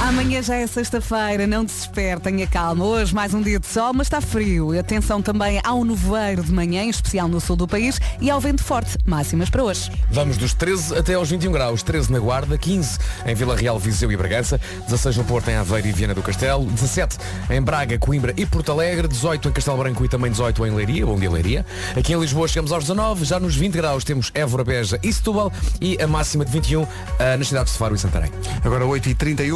C: Amanhã já é sexta-feira, não desespere, tenha calma. Hoje mais um dia de sol, mas está frio. E Atenção também ao nevoeiro de manhã, em especial no sul do país, e ao vento forte. Máximas para hoje.
J: Vamos dos 13 até aos 21 graus. 13 na Guarda, 15 em Vila Real, Viseu e Bragança, 16 no Porto, em Aveiro e Viana do Castelo, 17 em Braga, Coimbra e Porto Alegre, 18 em Castelo Branco e também 18 em Leiria. Bom dia, Leiria. Aqui em Lisboa chegamos aos 19, já nos 20 graus temos Évora, Beja e Setúbal e a máxima de 21 ah, nas cidades de Faro e Santarém.
A: Agora 8h31.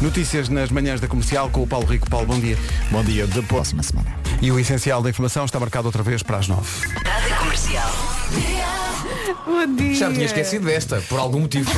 A: Notícias nas manhãs da comercial com o Paulo Rico. Paulo, bom dia.
G: Bom dia, da próxima semana.
A: E o essencial da informação está marcado outra vez para as nove.
K: Rádio Comercial.
C: Bom dia.
J: Já me tinha esquecido desta, por algum motivo.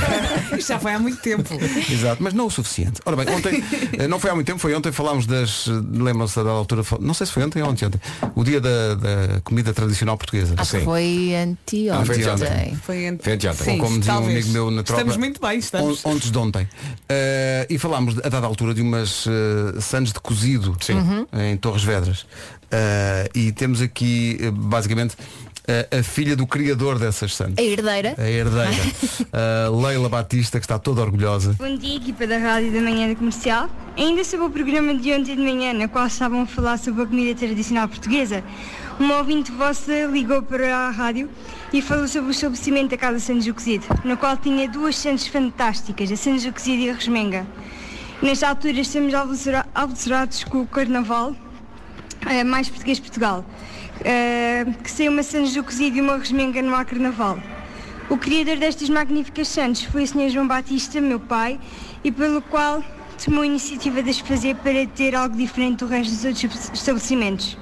C: Isto já foi há muito tempo.
A: Exato, mas não o suficiente. Ora bem, ontem, eh, não foi há muito tempo, foi ontem, falámos das, eh, lembram-se da altura, fal- não sei se foi ontem ou ontem, ontem o dia da, da comida tradicional portuguesa.
E: Acho que Ah, foi anteontem.
A: Ah, foi anteontem.
C: Foi antes.
A: Foi anteontem. Ou como dizia um
C: talvez.
A: amigo meu na tropa,
C: Estamos muito bem, estamos.
A: On- Antes de ontem. Eh, e falámos, a dada altura, de umas eh, sandes de cozido
C: Uhum.
A: em Torres Vedras. Eh, e temos aqui, eh, basicamente, eh, a filha do criador dessas sandes.
N: A herdeira.
A: A herdeira. Eh, Leila Batista, que está toda orgulhosa.
N: Bom dia, equipa da Rádio da Manhã da Comercial. Ainda sobre o programa de ontem de manhã, na qual estavam a falar sobre a comida tradicional portuguesa, uma Um ouvinte vossa ligou para a rádio e falou sobre o estabelecimento da Casa Santos Cozido, na qual tinha duas sandes fantásticas, a Santos Cozido e a Resmenga. Nesta altura estamos alvocera- alvocerados com o Carnaval, eh, mais português de Portugal, eh, que saiu uma Santos Cozido e uma Resmenga no ar Carnaval. O criador destas magníficas sandes foi o Sr. João Batista, meu pai, e pelo qual tomou a iniciativa de as fazer para ter algo diferente do resto dos outros estabelecimentos.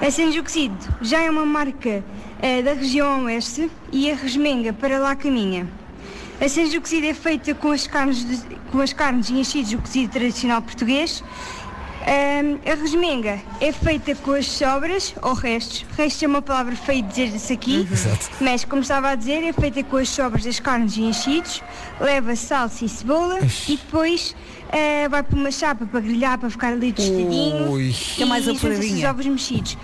N: A Sanjuxido já é uma marca eh, da região oeste e a Resmenga para lá caminha. A Sanjuxido é feita com as carnes, de- com as carnes e enchidos do cozido tradicional português. Ahm, a resmenga é feita com as sobras ou restos. Restos é uma palavra feia de dizer-se aqui.
O: Exato.
N: Mas, como estava a dizer, é feita com as sobras das carnes e enchidos, leva salsa e cebola e depois eh, vai para uma chapa para grelhar, para ficar ali tostadinho.
A: Ui.
N: E
A: É mais
N: junta-se
A: apuradinha.
N: os ovos mexidos.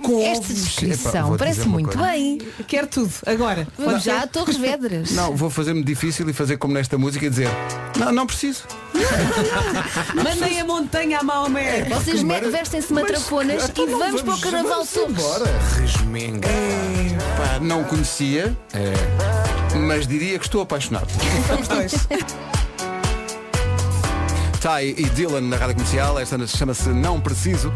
A: É
E: Esta
A: Epá,
E: descrição
A: vou-te
E: parece
A: dizer uma
E: muito
A: coisa.
E: bem.
C: Quero tudo, agora.
E: Vamos já a Torres Vedras.
A: Não, vou fazer-me difícil e fazer como nesta música e dizer, não, não preciso.
C: Mandem a montanha a Maomé.
E: Vocês me- vestem-se
A: ah,
E: matrafonas
P: então
E: e
A: então
E: vamos para o Carnaval todos.
A: Resmenga. Pá, não conhecia, eh, mas diria que estou apaixonado.
C: Vamos dois.
A: Ty e Dylan na rádio comercial, esta chama-se Não Preciso.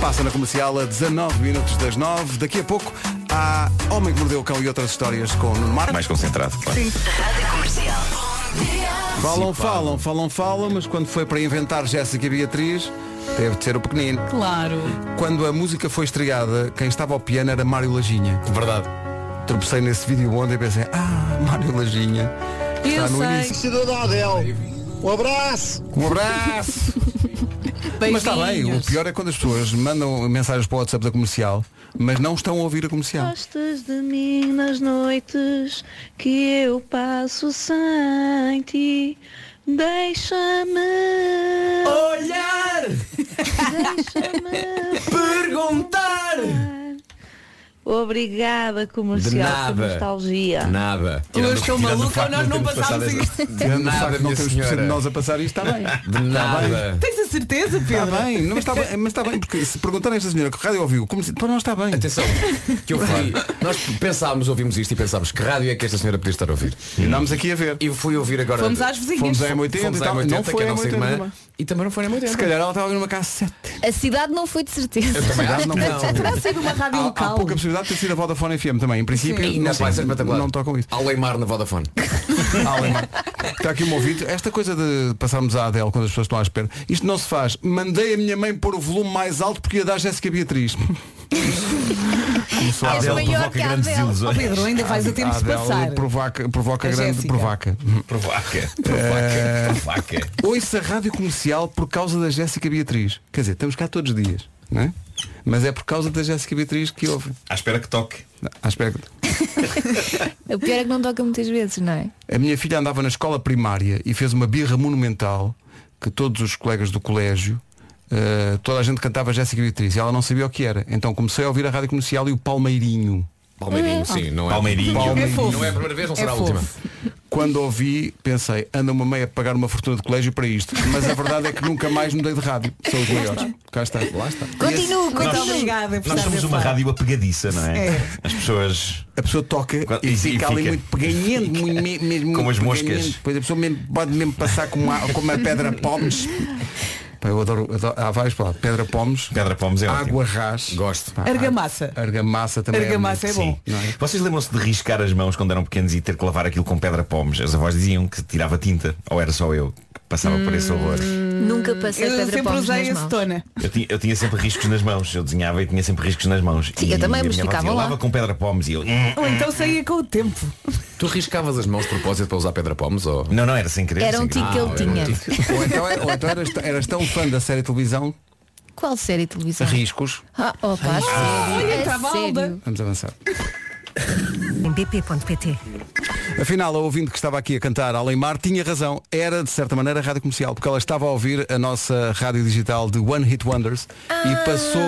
A: Passa na comercial a 19 minutos das 9. Daqui a pouco há Homem que Mordeu o Cão e outras histórias com o Nuno Marco.
F: Mais concentrado, claro.
K: Rádio Comercial.
A: Falam, falam, falam, falam, mas quando foi para inventar Jéssica e Beatriz, teve de ser o pequenino.
C: Claro.
A: Quando a música foi estreada, quem estava ao piano era Mário Laginha. Verdade. Tropecei nesse vídeo ontem e pensei, ah, Mário Laginha. Está no início.
Q: Um abraço.
A: Um abraço. Mas está bem, o pior é quando as pessoas mandam mensagens para o WhatsApp da comercial, mas não estão a ouvir a comercial.
P: Gostas de mim nas noites que eu passo sem ti. Deixa-me olhar. Deixa-me perguntar. Obrigada, comercial,
J: De
P: por
J: nada.
P: nostalgia.
J: Nada.
P: Eu estou
J: Tirando o
P: maluca,
J: facto de
P: nós não
J: termos passado
P: passámos
J: esta-
P: isto.
J: De
A: Tirando o facto de
J: nada,
A: não
J: minha
A: termos percebido
J: senhora.
A: nós a passar isto, está bem.
J: De nada.
C: Tens a certeza,
A: Pedro? Está bem, não, mas está bem, mas está bem, porque se perguntarem a esta senhora que rádio ouviu, como se, para não está bem.
J: Atenção, que eu fui. Nós pensámos, ouvimos isto e pensámos que rádio é que esta senhora podia estar a ouvir.
A: E andámos aqui a ver.
J: E fui ouvir agora.
C: Fomos às vizinhas.
J: Fomos
A: um.
J: à M80,
A: Fomos à
J: e tal.
A: M80,
J: não foi
A: que
J: a
A: é a
J: nossa
A: M80
J: irmã.
A: também.
J: E também não foi a M80.
A: Se calhar ela estava numa cassete.
E: A cidade não foi de certeza.
A: Eu também acho que não.
E: Terá sido uma rádio
A: Há, há
E: local.
A: pouca possibilidade de ter sido a Vodafone FM também. Em princípio,
J: Sim. Não, vai ser espetacular.
A: Tipo, não tocam isso.
J: Ao Leimar na Vodafone.
A: Está aqui um ouvido. Esta coisa de passarmos à Adele quando as pessoas estão à espera, isto não se faz. Mandei a minha mãe pôr o volume mais alto porque ia dar Jéssica Beatriz. Começou a
C: És
A: Adele provoca
C: maior que a
A: grandes
C: Adele.
A: ilusões.
C: Oh, Pedro, ainda vais a tempo de
A: A Adele
C: passar.
A: Provoca, provoca
C: A
A: grande.
C: Jéssica.
A: Provoca.
G: É.
F: Provoca.
A: Eh,
F: Provoca.
A: Ouça a rádio comercial por causa da Jéssica Beatriz. Quer dizer, estamos cá todos os dias, não é? Mas é por causa da Jéssica Beatriz que ouve.
F: À espera que toque.
A: À espera que-
E: O pior é que não toca muitas vezes, não é?
A: A minha filha andava na escola primária e fez uma birra monumental que todos os colegas do colégio, eh, toda a gente cantava Jéssica Beatriz e ela não sabia o que era. Então comecei a ouvir a rádio comercial e o Palmeirinho.
J: Palmeirinho, sim, não é.
A: Palmeirinho.
J: Não é a primeira vez, não
A: É
J: será a
A: fofo.
J: última.
A: Quando ouvi, pensei, anda uma meia a pagar uma fortuna de colégio para isto. Mas a verdade é que nunca mais mudei de rádio. Sou os maiores. Cá está. Lá está.
C: Continuo,
F: Nós-
C: continuo. Obrigada por
F: Nós
C: estar
F: somos
C: desse
F: uma
C: lado.
F: rádio apegadiça, não é?
C: É.
F: As pessoas.
A: A pessoa toca
F: e,
A: E fica ali muito peganhento, muito, me- mesmo
F: Como
A: muito
F: as moscas.
A: peganhento. Depois a pessoa mesmo, pode mesmo passar com uma, com uma pedra pomes. Pá, eu adoro, adoro- há várias palavras. Pedra pomes.
F: Pedra pomes é
A: Água ras.
J: Gosto.
C: Argamassa.
A: Argamassa também.
C: Argamassa é
A: muito-
C: bom.
A: Sim. Não é?
F: Vocês lembram-se de riscar as mãos quando eram pequenos e ter que lavar aquilo com pedra pomes? As avós diziam que tirava tinta, ou era só eu que passava por esse horror.
E: Nunca passei
C: Hum, Eu
E: pedra
C: sempre
E: pomes
C: usei
E: nas
C: esse
E: mãos.
C: tona.
F: Eu tinha, eu tinha sempre riscos nas mãos, eu desenhava e tinha sempre riscos nas mãos.
E: Sim,
F: e
E: eu também,
F: a
E: mas
F: minha avó
E: ficava
F: dizia,
E: lá.
F: Lava com pedra pomes e eu. "Hum".
C: Ou então saía com o tempo.
J: Tu riscavas as mãos de propósito para usar pedra pomes ou.
F: Não, não, era sem querer.
E: Era um tico que ele tinha.
A: Ou então, ou então eras, eras tão fã da série de televisão,
E: Qual série de televisão?
A: riscos.
E: Ah, opa, a sério.
C: Olha,
E: a
C: estava
E: sério.
C: alda.
A: Vamos avançar.
O: Em bp.pt
A: Afinal, a ouvinte que estava aqui a cantar Além Mar tinha razão. Era, de certa maneira, a rádio comercial, porque ela estava a ouvir a nossa rádio digital de One Hit Wonders
C: Ah.
A: e passou.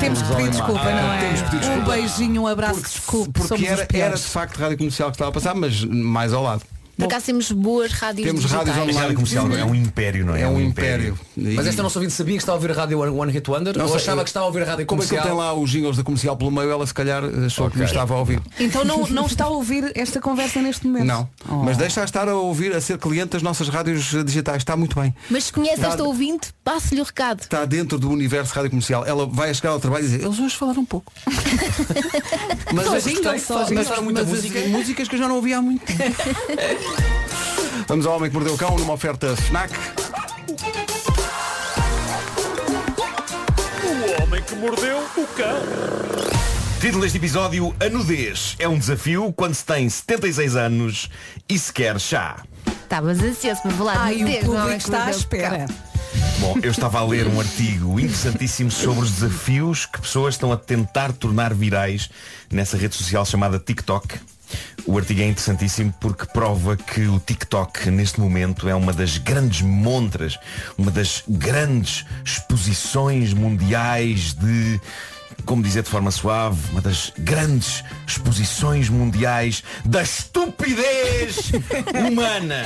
C: Temos
A: os
C: que pedir
A: Além Mar.
C: desculpa, não é?
A: Temos que pedir
C: Um
A: desculpa.
C: beijinho, um abraço, desculpe.
A: Porque
C: somos
A: era,
C: os
A: era
C: piores.
A: de facto rádio comercial que estava a passar, mas mais ao lado.
E: Por acaso temos boas rádios
A: Temos
E: digitais.
A: rádios
F: Mas
A: online.
F: era comercial, é um império, não é?
A: É um império.
J: Mas esta nossa ouvinte sabia que estava a ouvir a rádio One- One Hit Wonder?
A: Não
J: ou
A: sei,
J: achava
A: eu-
J: que estava a ouvir a rádio
A: Como é que ele
J: comercial?
A: tem lá os jingles da comercial pelo meio, ela se calhar achou que
J: Ok.
A: não estava a ouvir.
C: Então não, não está a ouvir esta conversa neste momento.
A: Não.
C: Oh.
A: Mas deixa estar a ouvir, a ser cliente das nossas rádios digitais. Está muito bem.
E: Mas se conhece
A: Está-
E: esta ouvinte, passe-lhe o recado.
A: Está tá dentro do universo rádio comercial. Ela vai chegar ao trabalho e dizer, eles hoje falaram um pouco. mas
C: Só
A: eu gostei,
C: jingles, só
A: mas
C: jingles.
A: era muita
C: Mas
A: música,
C: as-
A: músicas que eu já não ouvia há muito tempo. Vamos ao Homem que Mordeu o Cão numa oferta FNAC.
D: O homem que mordeu o cão.
F: Título deste episódio, a nudez é um desafio quando se tem 76 anos e se quer chá.
E: Estavas ansioso para falar
C: Ai,
E: de
C: o
E: nudez,
C: público
E: não é que
C: está à
E: mordeu o
C: espera.
E: cão.
F: Bom, eu estava a ler um artigo interessantíssimo sobre os desafios que pessoas estão a tentar tornar virais nessa rede social chamada TikTok. O artigo é interessantíssimo porque prova que o TikTok neste momento é uma das grandes montras, uma das grandes exposições mundiais de, como dizer de forma suave, uma das grandes exposições mundiais da estupidez humana.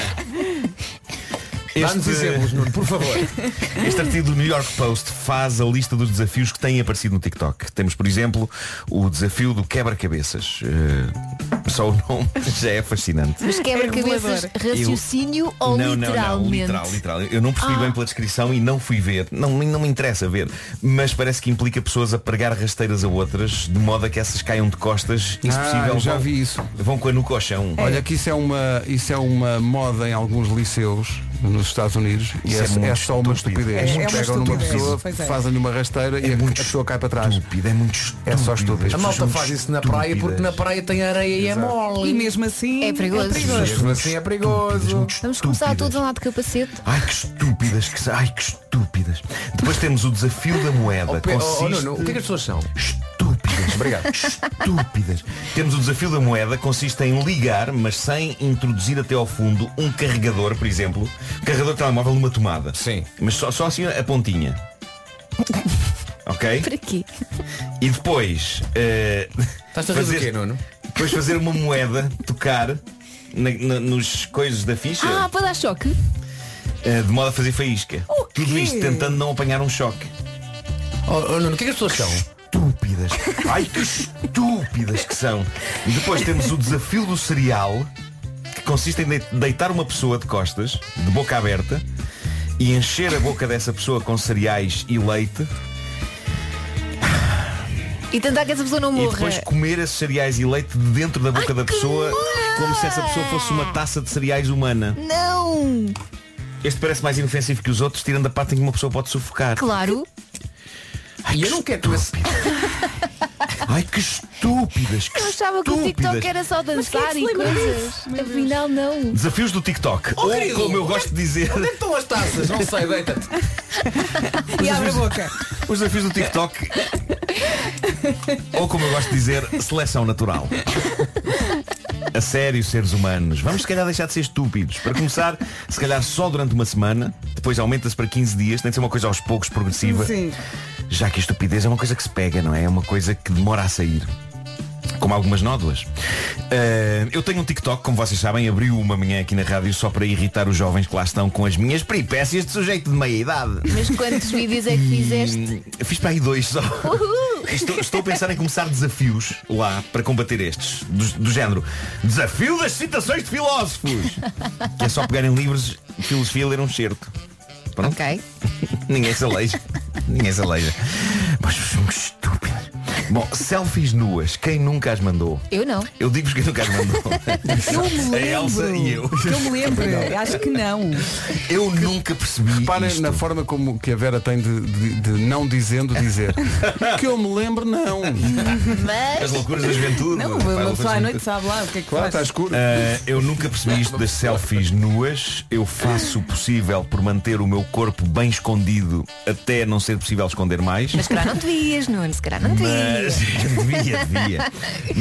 J: Dá-nos exemplos, Nuno, por favor.
F: Este artigo do New York Post faz a lista dos desafios que têm aparecido no TikTok. Temos, por exemplo, o desafio do quebra-cabeças. Eh, só o nome já é fascinante.
E: Mas
C: É
E: quebra-cabeças, raciocínio ou
F: não, não, não,
E: literalmente?
F: literal, literal. Eu não percebi
E: Ah.
F: bem pela descrição e não fui ver. Não, não me interessa ver. Mas parece que implica pessoas a pregar rasteiras a outras, de modo a que essas caiam de costas e, se
A: Ah,
F: é possível,
A: eu já
F: vão,
A: vi isso.
F: vão com a nuca ao chão.
A: Olha que isso é, uma, isso é uma moda em alguns liceus nos Estados Unidos e
F: Isso é
A: é, é
F: muito
A: só uma
F: estúpido.
A: estupidez.
F: É, é uma
A: Pegam numa
F: estupidez,
A: pessoa,
F: pois é.
A: fazem-lhe uma rasteira e a, a pessoa cai para trás.
F: Estúpido, é muito estúpido.
A: É só estúpido.
J: A malta faz isso na praia porque na praia tem areia e é
A: Exato.
J: mole.
C: E mesmo assim
E: É perigoso.
J: Mesmo assim é perigoso.
E: Vamos começar todos a lado de capacete.
F: Ai que estúpidas que sa- ai que estúpidas. Depois temos o desafio da moeda.
J: Oh, Pe- oh, oh,
F: Consiste-
J: Nuno, o que é que as pessoas são?
F: Estúpidas.
J: Obrigado.
F: Estúpidas. Temos o desafio da moeda, consiste em ligar, mas sem introduzir até ao fundo um carregador, por exemplo. Carregador de telemóvel numa tomada. Sim. Mas só, só assim a pontinha. ok?
E: Para quê?
F: E depois. Estás
J: a rir do quê, Nuno?
F: Depois fazer uma moeda tocar na- na- nos coisas da ficha.
E: Ah, para dar choque?
J: Ah.
F: Uh, de modo a fazer faísca.
E: O quê?
F: Tudo isto tentando não apanhar um choque.
J: Oh, oh, Nuno, o que é que as pessoas são?
F: Estúpidas. Ai que estúpidas que são. Depois temos o desafio do cereal, que consiste em de- deitar uma pessoa de costas, de boca aberta, e encher a boca dessa pessoa com cereais e leite,
E: E tentar que essa pessoa não
F: e
E: morra.
F: depois comer esses cereais e leite de dentro da boca da pessoa, como se essa pessoa fosse uma taça de cereais humana.
E: Não!
F: Este parece mais inofensivo que os outros, tirando a parte em que uma pessoa pode sufocar.
E: Claro.
F: Ai, eu não quero que Ai que estúpidas, que
E: Eu achava que o TikTok
F: estúpidas.
E: era só dançar e coisas. Afinal, não.
F: Desafios do TikTok.
E: Oh,
F: Ou
E: querido,
F: como eu gosto de dizer.
J: Onde é que estão as taças? Não sei, deita-te.
C: E abre a boca.
F: Os desafios do TikTok Ou como eu gosto de dizer, seleção natural. A sério, seres humanos, vamos se calhar deixar de ser estúpidos. Para começar, se calhar só durante uma semana, depois aumenta-se para 15 dias, tem de ser uma coisa aos poucos, progressiva. Já que a estupidez é uma coisa que se pega, não é? É uma coisa que demora a sair. Como algumas nódoas. Ah, eu tenho um TikTok, como vocês sabem, abriu uma manhã aqui na rádio só para irritar os jovens que lá estão com as minhas peripécias de sujeito de meia idade.
E: Mas quantos vídeos é que fizeste?
F: Eu Fiz para aí dois só.
E: Uhul!
F: Estou, estou a pensar em começar desafios lá para combater estes. Do, do género Desafio das citações de filósofos. Que é só pegarem livros de filosofia e ler um certo. Pronto.
E: Ok.
F: Ninguém se aleija. Ninguém se aleija. Mas somos estúpidos. Bom, selfies nuas. Quem nunca as mandou?
E: Eu não.
F: Eu digo-vos quem nunca as mandou.
C: Eu me lembro.
F: A Elsa e eu.
C: Que eu me lembro. Acho que não.
F: Eu nunca percebi.
A: Reparem na forma como que a Vera tem de, de- de não dizendo dizer. que eu me lembro não.
F: As loucuras da juventude.
C: Não,
F: Pá,
C: uma
F: loucuras
C: pessoa
F: da
C: à noite sabe lá o que é que
F: Claro,
C: faz.
F: Ah, eu nunca percebi isto das selfies nuas. Eu faço o possível por manter o meu corpo bem escondido até não ser possível esconder mais.
E: Mas se calhar não devias, Nuno, se calhar não
F: Mas
E: devias.
F: devia, devia.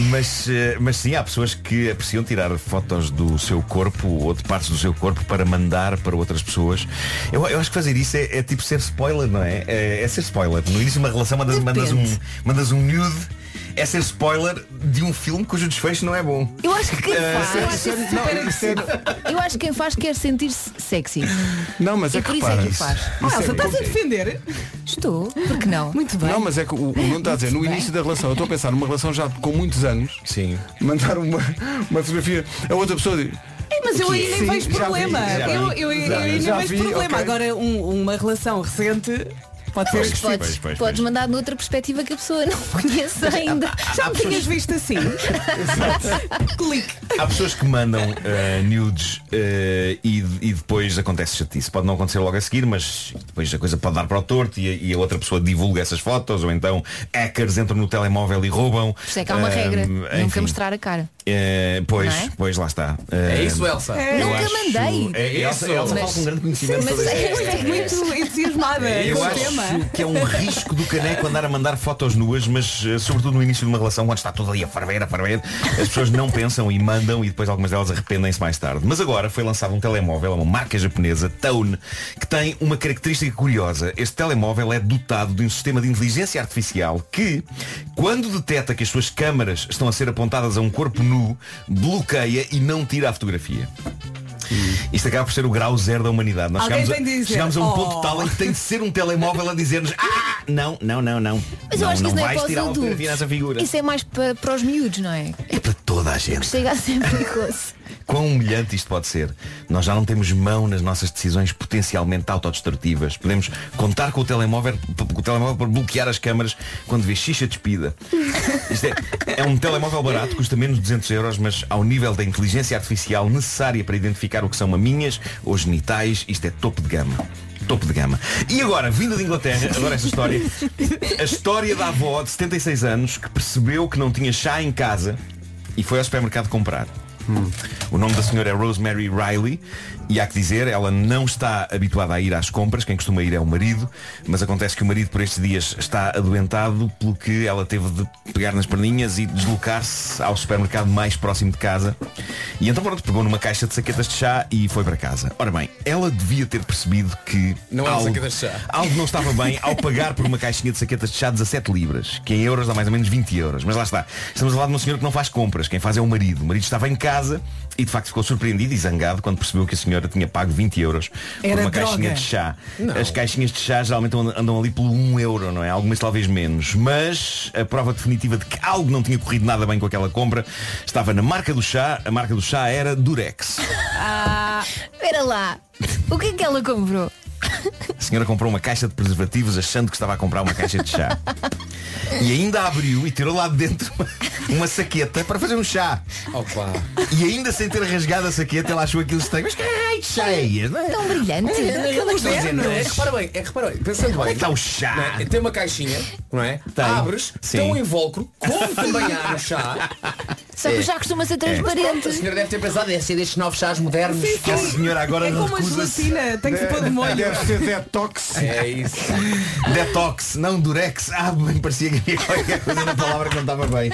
F: Mas, eh, mas sim, há pessoas que apreciam tirar fotos do seu corpo ou de partes do seu corpo para mandar para outras pessoas. Eu, eu acho que fazer isso é, é tipo ser spoiler, não é? é? é ser spoiler. No início de uma relação mandas, mandas, um, mandas um nude. É ser spoiler de um filme cujo desfecho não é bom.
E: Eu acho que quem
F: Eh,
E: faz.
F: sério,
E: eu, acho
F: sério,
E: isso
F: não,
E: super
F: isso é-
E: agressivo. eu acho que quem faz quer sentir-se sexy.
A: Não, mas
E: e
A: é que
E: por isso é
A: repara,
E: que o faz.
A: isso-
E: Ah,
A: isso é
E: Elsa, estás a
A: complicado.
E: defender? Estou, porque não? Muito
A: Não, mas é que o, o Nuno está a dizer, no início da relação, eu estou a pensar numa relação já com muitos anos,
F: Sim.
A: mandar uma, uma fotografia a outra pessoa diz.
C: Ei, Mas eu
A: "O quê?"
C: aí nem
A: Sim,
C: vejo
A: já vi,
C: problema.
A: já vi,
C: Eu eu- eu aí
A: já
C: nem
A: vi, já
C: vejo
A: vi,
C: problema.
A: ok.
C: Agora um- uma relação recente pode ser
E: Mas
C: que
E: podes, podes mandar de outra perspectiva que a pessoa não conhece
F: ah,
E: ainda.
C: Já me tinhas visto assim? Clique.
F: Há pessoas que mandam eh, nudes eh, e, e depois acontece chatice. Pode não acontecer logo a seguir, mas depois a coisa pode dar para o torto e, a- e a outra pessoa divulga essas fotos ou então hackers entram no telemóvel e roubam.
E: Por isso é que há uma
F: Ahm,
E: regra.
F: Ah, enfim.
E: Nunca mostrar a cara.
F: Eh, pois,
E: Não é?
F: pois lá está.
J: É
F: Ahm,
J: isso, Elsa.
E: É.
F: eu
E: Nunca
F: acho-
E: mandei.
F: É, Elsa,
J: Isso,
F: Elsa
J: mas-
F: fala com grande conhecimento
C: Mas
F: sobre
C: é,
F: isto.
C: é muito entusiasmada
F: Eu
C: com o
F: acho
C: tema.
F: que é um risco do caneco andar a mandar fotos nuas, mas eh, sobretudo no início de uma relação, quando está tudo ali a farver, a farver, as pessoas não pensam e mandam e depois algumas delas arrependem-se mais tarde. Mas agora foi lançado um telemóvel, a uma marca japonesa, Tone, que tem uma característica curiosa. Este telemóvel é dotado de um sistema de inteligência artificial que, quando detecta que as suas câmaras estão a ser apontadas a um corpo nu, bloqueia e não tira a fotografia. Isto acaba por ser o grau zero da humanidade. Nós
K: Alguém
F: chegamos
K: tem de
F: a,
K: dizer,
F: chegamos a um
K: "Oh."
F: ponto tal em que tem de ser um telemóvel a dizer-nos Ah, não, não, não, não
E: Mas eu
F: não,
E: acho que isso não é
F: vais
E: para os
F: tirar uma
E: adultos.
F: fotografia nessa figura
E: Isso é mais para, para os miúdos, não é?
F: Toda a gente
E: Que chega a ser perigoso.
F: Quão humilhante isto pode ser Nós já não temos mão nas nossas decisões potencialmente autodestrutivas Podemos contar com o telemóvel, com o telemóvel para bloquear as câmaras Quando vê xixa despida Isto é, é um telemóvel barato, custa menos de 200 euros Mas ao nível da inteligência artificial necessária para identificar o que são maminhas ou genitais Isto é topo de gama Topo de gama. E agora, vinda de Inglaterra, adoro esta história. A história da avó de 76 anos que percebeu que não tinha chá em casa e foi ao supermercado comprar. O nome da senhora é Rosemary Riley e há que dizer, ela não está habituada a ir às compras, quem costuma ir é o marido, mas acontece que o marido por estes dias está adoentado, pelo que ela teve de pegar nas perninhas e deslocar-se ao supermercado mais próximo de casa. E então pronto, pegou numa caixa de saquetas de chá e foi para casa. Ora bem, ela devia ter percebido que
J: Não há
F: algo,
J: saquetas de chá.
F: algo não estava bem ao pagar por uma caixinha de saquetas de chá 17 libras, que em euros dá mais ou menos 20 euros. Mas lá está. Estamos a falar de uma senhora que não faz compras. Quem faz é o marido. O marido estava em casa e de facto ficou surpreendido e zangado quando percebeu que a senhora tinha pago 20 euros por
K: Era
F: uma
K: droga.
F: caixinha de chá.
K: Não.
F: As caixinhas de chá geralmente andam- andam ali pelo 1 euro, não é? Algumas talvez menos. Mas a prova definitiva de que algo não tinha corrido nada bem com aquela compra estava na marca do chá. A marca do chá era Durex.
E: Ah, espera lá. O que é que ela comprou?
F: A senhora comprou uma caixa de preservativos achando que estava a comprar uma caixa de chá. E ainda abriu e tirou lá de dentro uma, uma saqueta para fazer um chá. E ainda sem ter rasgado a saqueta, ela achou aquilo estranho. Mas que raio de chá é este?
E: Tão brilhante.
J: É,
E: Aquela
J: não estou a dizer, não é?
E: moderna.
J: Repara bem, é, repara bem, pensando bem.
F: Onde
A: tá
F: é que está o chá?
J: não é? Tem uma caixinha, não é?
F: Tem.
J: Abres,
F: Sim.
J: tem um invólucro, como também há no chá,
E: Só
F: É.
E: que já costuma ser
M: A
E: transparente.
M: senhora deve ter pensado, deve ser destes novos chás modernos.
E: Sim, sim.
M: A
F: senhora agora É como a recusa-se.
C: gelatina, tem que se pôr de molho.
F: Deve
G: ser detox.
F: É isso. detox, não durex. Ah, bem, parecia que havia qualquer coisa na palavra que não estava bem.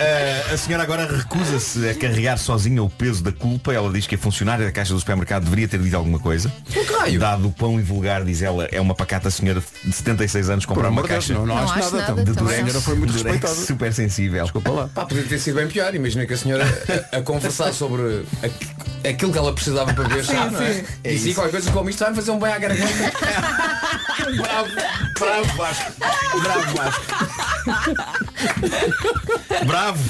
F: Ah, a senhora agora recusa-se a carregar sozinha o peso da culpa. Ela diz que a funcionária da caixa do supermercado deveria ter dito alguma coisa. Dado o pão e vulgar, diz ela, é uma pacata senhora de 76 anos comprar
A: Por
F: uma
A: amor de Deus,
F: caixa
A: não- não Não acho acho nada, nada, então.
F: de
A: também
F: durex.
A: não. A senhora foi muito
F: durex
A: respeitada.
F: super sensível. Desculpa lá.
M: Pá, podia ter sido bem pior. Imagina que a senhora a, a conversar sobre a- aquilo que ela precisava para ver chá,
F: Sim,
M: não é?
F: sim.
M: E se qualquer coisa como isto vai-me fazer um bem à garganta. bravo, bravo Vasco. Bravo Vasco.
F: Bravo!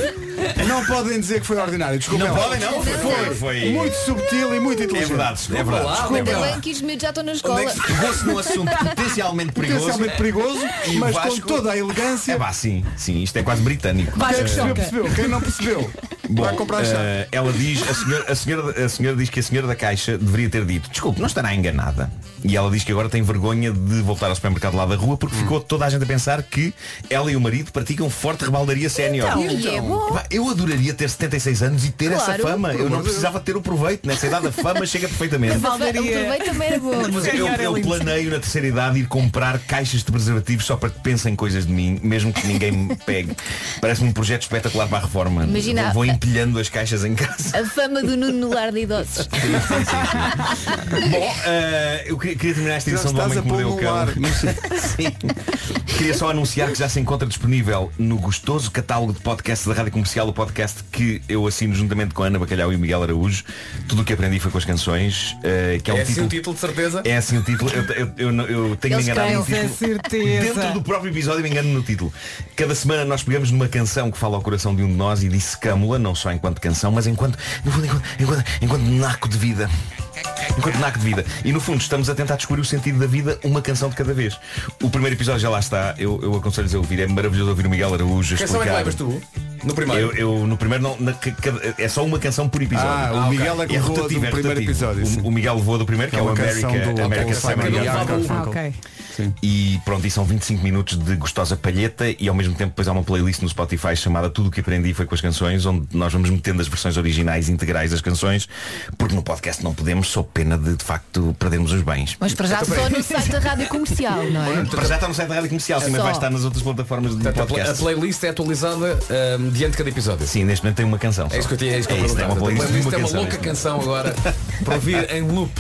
A: Não podem dizer que foi ordinário, desculpa.
F: Não podem, não, foi- foi- foi-
A: muito subtil e muito inteligente.
F: É verdade, é verdade.
E: Ainda
F: Desculpa.
E: bem que os miúdos já estão na escola.
F: Onde é que se pegou-se num assunto potencialmente perigoso?
A: Potencialmente perigoso,
F: E o
A: mas
F: Vasco-
A: com toda a elegância.
F: É pá, sim, sim, isto é quase britânico.
A: Quem
F: Eh,
A: percebeu, percebeu. Quem não percebeu,
F: Bom,
A: vai comprar chá.
F: eh, ela diz, a senhora, a, senhora, a senhora diz que a senhora da caixa deveria ter dito, desculpe, não estará enganada. E ela diz que agora tem vergonha de voltar ao supermercado lá da rua porque ficou toda a gente a pensar que ela e o marido praticam forte rebaldaria sénior.
E: Então, e é bom.
F: Epá, Eu adoraria ter 76 anos e ter essa
E: Claro.
F: fama. Eu não precisava ter o proveito. Nessa idade a fama chega perfeitamente.
E: Mas a fa- o proveito também era bom.
F: Mas é eu, eu planeio na terceira idade ir comprar caixas de preservativos só para que pensem coisas de mim, mesmo que ninguém me pegue. Parece-me um projeto espetacular para a reforma.
E: Imagina-
F: Vou vou empilhando as caixas em casa.
E: A fama do Nuno no lar de idosos.
F: Bom, eh, eu queria, queria terminar esta
A: Já
F: edição do
A: estás
F: Homem que
A: a
F: Mordeu o Cão.
A: pôr no
F: Sim. Queria só anunciar que já se encontra disponível no gostoso catálogo de podcast da Rádio Comercial, o podcast que eu assino juntamente com a Ana Bacalhau e o Miguel Araújo. Tudo o que aprendi foi com as canções, eh, que é um
M: É assim
F: título...
M: o título, de certeza?
F: É assim o título, eu, eu- eu não- eu tenho me
M: Eles
F: enganado no
M: querem,
F: título.
M: com certeza.
F: Dentro do próprio episódio me engano no título. Cada semana nós pegamos numa canção que fala ao coração de um de nós e dissecamos-la, não só enquanto canção, mas enquanto, no fundo, enquanto, enquanto, enquanto naco de vida. Enquanto naco de vida. E no fundo estamos a tentar descobrir o sentido da vida uma canção de cada vez. O primeiro episódio já lá está, eu, eu aconselho-vos a ouvir, é maravilhoso ouvir o Miguel Araújo a
M: Que canção é que
F: explicar.
M: levas tu? No primeiro?
F: Eu, eu no primeiro não, na- ca- ca- é só uma canção por episódio.
A: Ah, o Miguel é que levou a do
F: rotativo,
A: primeiro
F: rotativo.
A: episódio,
F: O-
A: sim.
F: O, Miguel levou a do primeiro, que é o
A: Aquela
F: America,
A: canção do
F: America
A: Apple
F: Simon
A: Simon
F: Young.
A: Young.
C: Ah, ok.
F: E pronto, e são 25 minutos de gostosa palheta e ao mesmo tempo depois há uma playlist no Spotify chamada Tudo o que aprendi foi com as canções, onde nós vamos metendo as versões originais integrais das canções, porque no podcast não podemos, sou pena de de facto perdermos os bens.
E: Mas para já só no site da rádio comercial, não
M: Então,
E: é?
F: Para já está no site da rádio comercial, sim, mas
E: Só.
F: vai estar nas outras plataformas de
M: Portanto, é a pla- a
F: podcast.
M: playlist é atualizada ahm, diante de cada episódio.
F: Sim, neste momento tem uma canção.
M: É isso que eu tinha, é isso que eu
F: É isso,
M: perguntava.
F: tem uma playlist
M: a
F: de uma
M: playlist é uma
F: canção,
M: louca
F: neste
M: canção agora para ouvir em loop.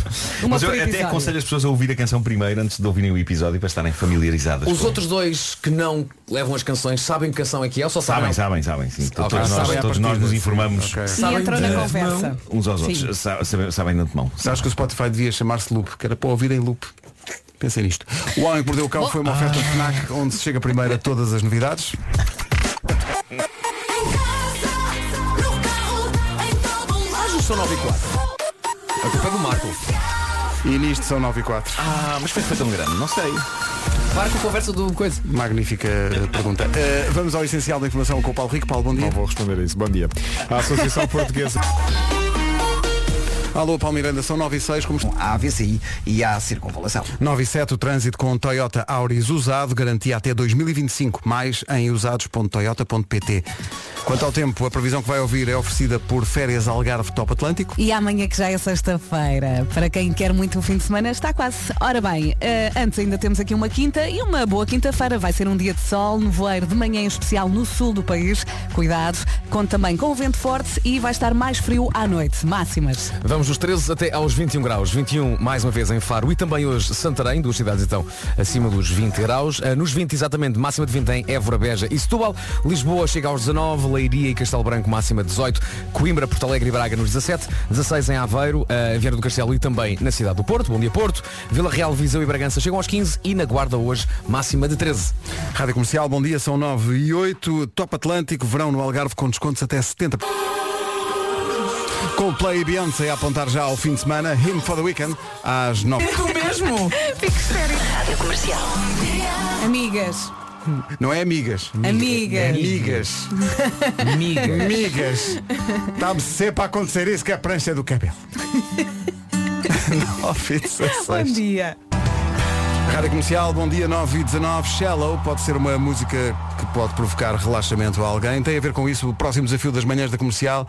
F: mas eu até aconselho as pessoas a ouvir a canção primeiro antes de ouvirem o episódio para estarem familiarizadas.
M: Os
F: com-
M: outros dois que não levam as canções sabem que canção é que é ou só
F: Sabem,
M: sabem?
F: sabem, sabem, sim.
M: Ah,
F: todos
M: ok.
F: nós,
M: Sabem à
F: todos nós
M: partida,
F: nos
M: sim.
F: informamos
A: Ok.
C: E entrou na
F: de-
C: conversa.
F: uns aos outros.
C: Sim.
F: Sa- Sabem, sabem de antemão.
A: Acho que o Spotify devia chamar-se Loop, que era para ouvir em Loop. Pensei nisto. O Homem que Mordeu o Cão foi uma oferta FNAC onde se chega primeiro a todas as novidades.
M: Mas o som 9 e 4. A culpa é do Marco.
A: E nisto são 9 e 4.
F: Ah, mas foi, foi tão grande, não sei.
M: Para com a conversa do coisa.
A: Magnífica eh, pergunta. Eh, vamos ao essencial da informação com o Paulo Rico. Paulo, bom dia.
G: Não vou responder a isso. Bom dia. A Associação Portuguesa.
A: Alô, Paulo Miranda, são 9 e 6, como estão?
B: Há a VCI e há a circunvalação.
A: 9 e 7, o trânsito com Toyota Auris usado, garantia até 2025, mais em usados.toyota.pt. Quanto ao tempo, a previsão que vai ouvir é oferecida por Férias Algarve Top Atlântico.
C: E amanhã que já é sexta-feira. Para quem quer muito o fim de semana, está quase. Ora bem, eh, antes ainda temos aqui uma quinta e uma boa quinta-feira. Vai ser um dia de sol, nevoeiro de manhã em especial no sul do país. Cuidado, conta também com o vento forte e vai estar mais frio à noite. Máximas.
J: Vamos dos 13 até aos 21 graus. 21 mais uma vez em Faro e também hoje Santarém, duas cidades então acima dos 20 graus. Ah, Nos 20 exatamente, máxima de 20 em Évora, Beja e Setúbal. Lisboa chega aos 19, Leiria e Castelo Branco máxima 18, Coimbra, Porto Alegre e Braga nos 17, 16 em Aveiro, ah, Vieira do Castelo e também na cidade do Porto. Bom dia Porto, Vila Real, Viseu e Bragança chegam aos 15 e na Guarda hoje máxima de 13.
A: Rádio Comercial, bom dia, são 9 e 8, Top Atlântico, verão no Algarve com descontos até 70. Coldplay e Beyoncé a apontar já ao fim de semana, Him for the Weekend, às 9.
C: mesmo?
K: Fico sério. Rádio Comercial.
C: Amigas.
A: Não é amigas.
C: Amigas.
A: É Amigas. Amigas. Está-me sempre a acontecer isso que é a prancha do cabelo. 9 e
C: Bom
A: 16.
C: dia.
A: Rádio Comercial, bom dia 9 e 19. Shallow pode ser uma música que pode provocar relaxamento a alguém. Tem a ver com isso o próximo desafio das manhãs da comercial.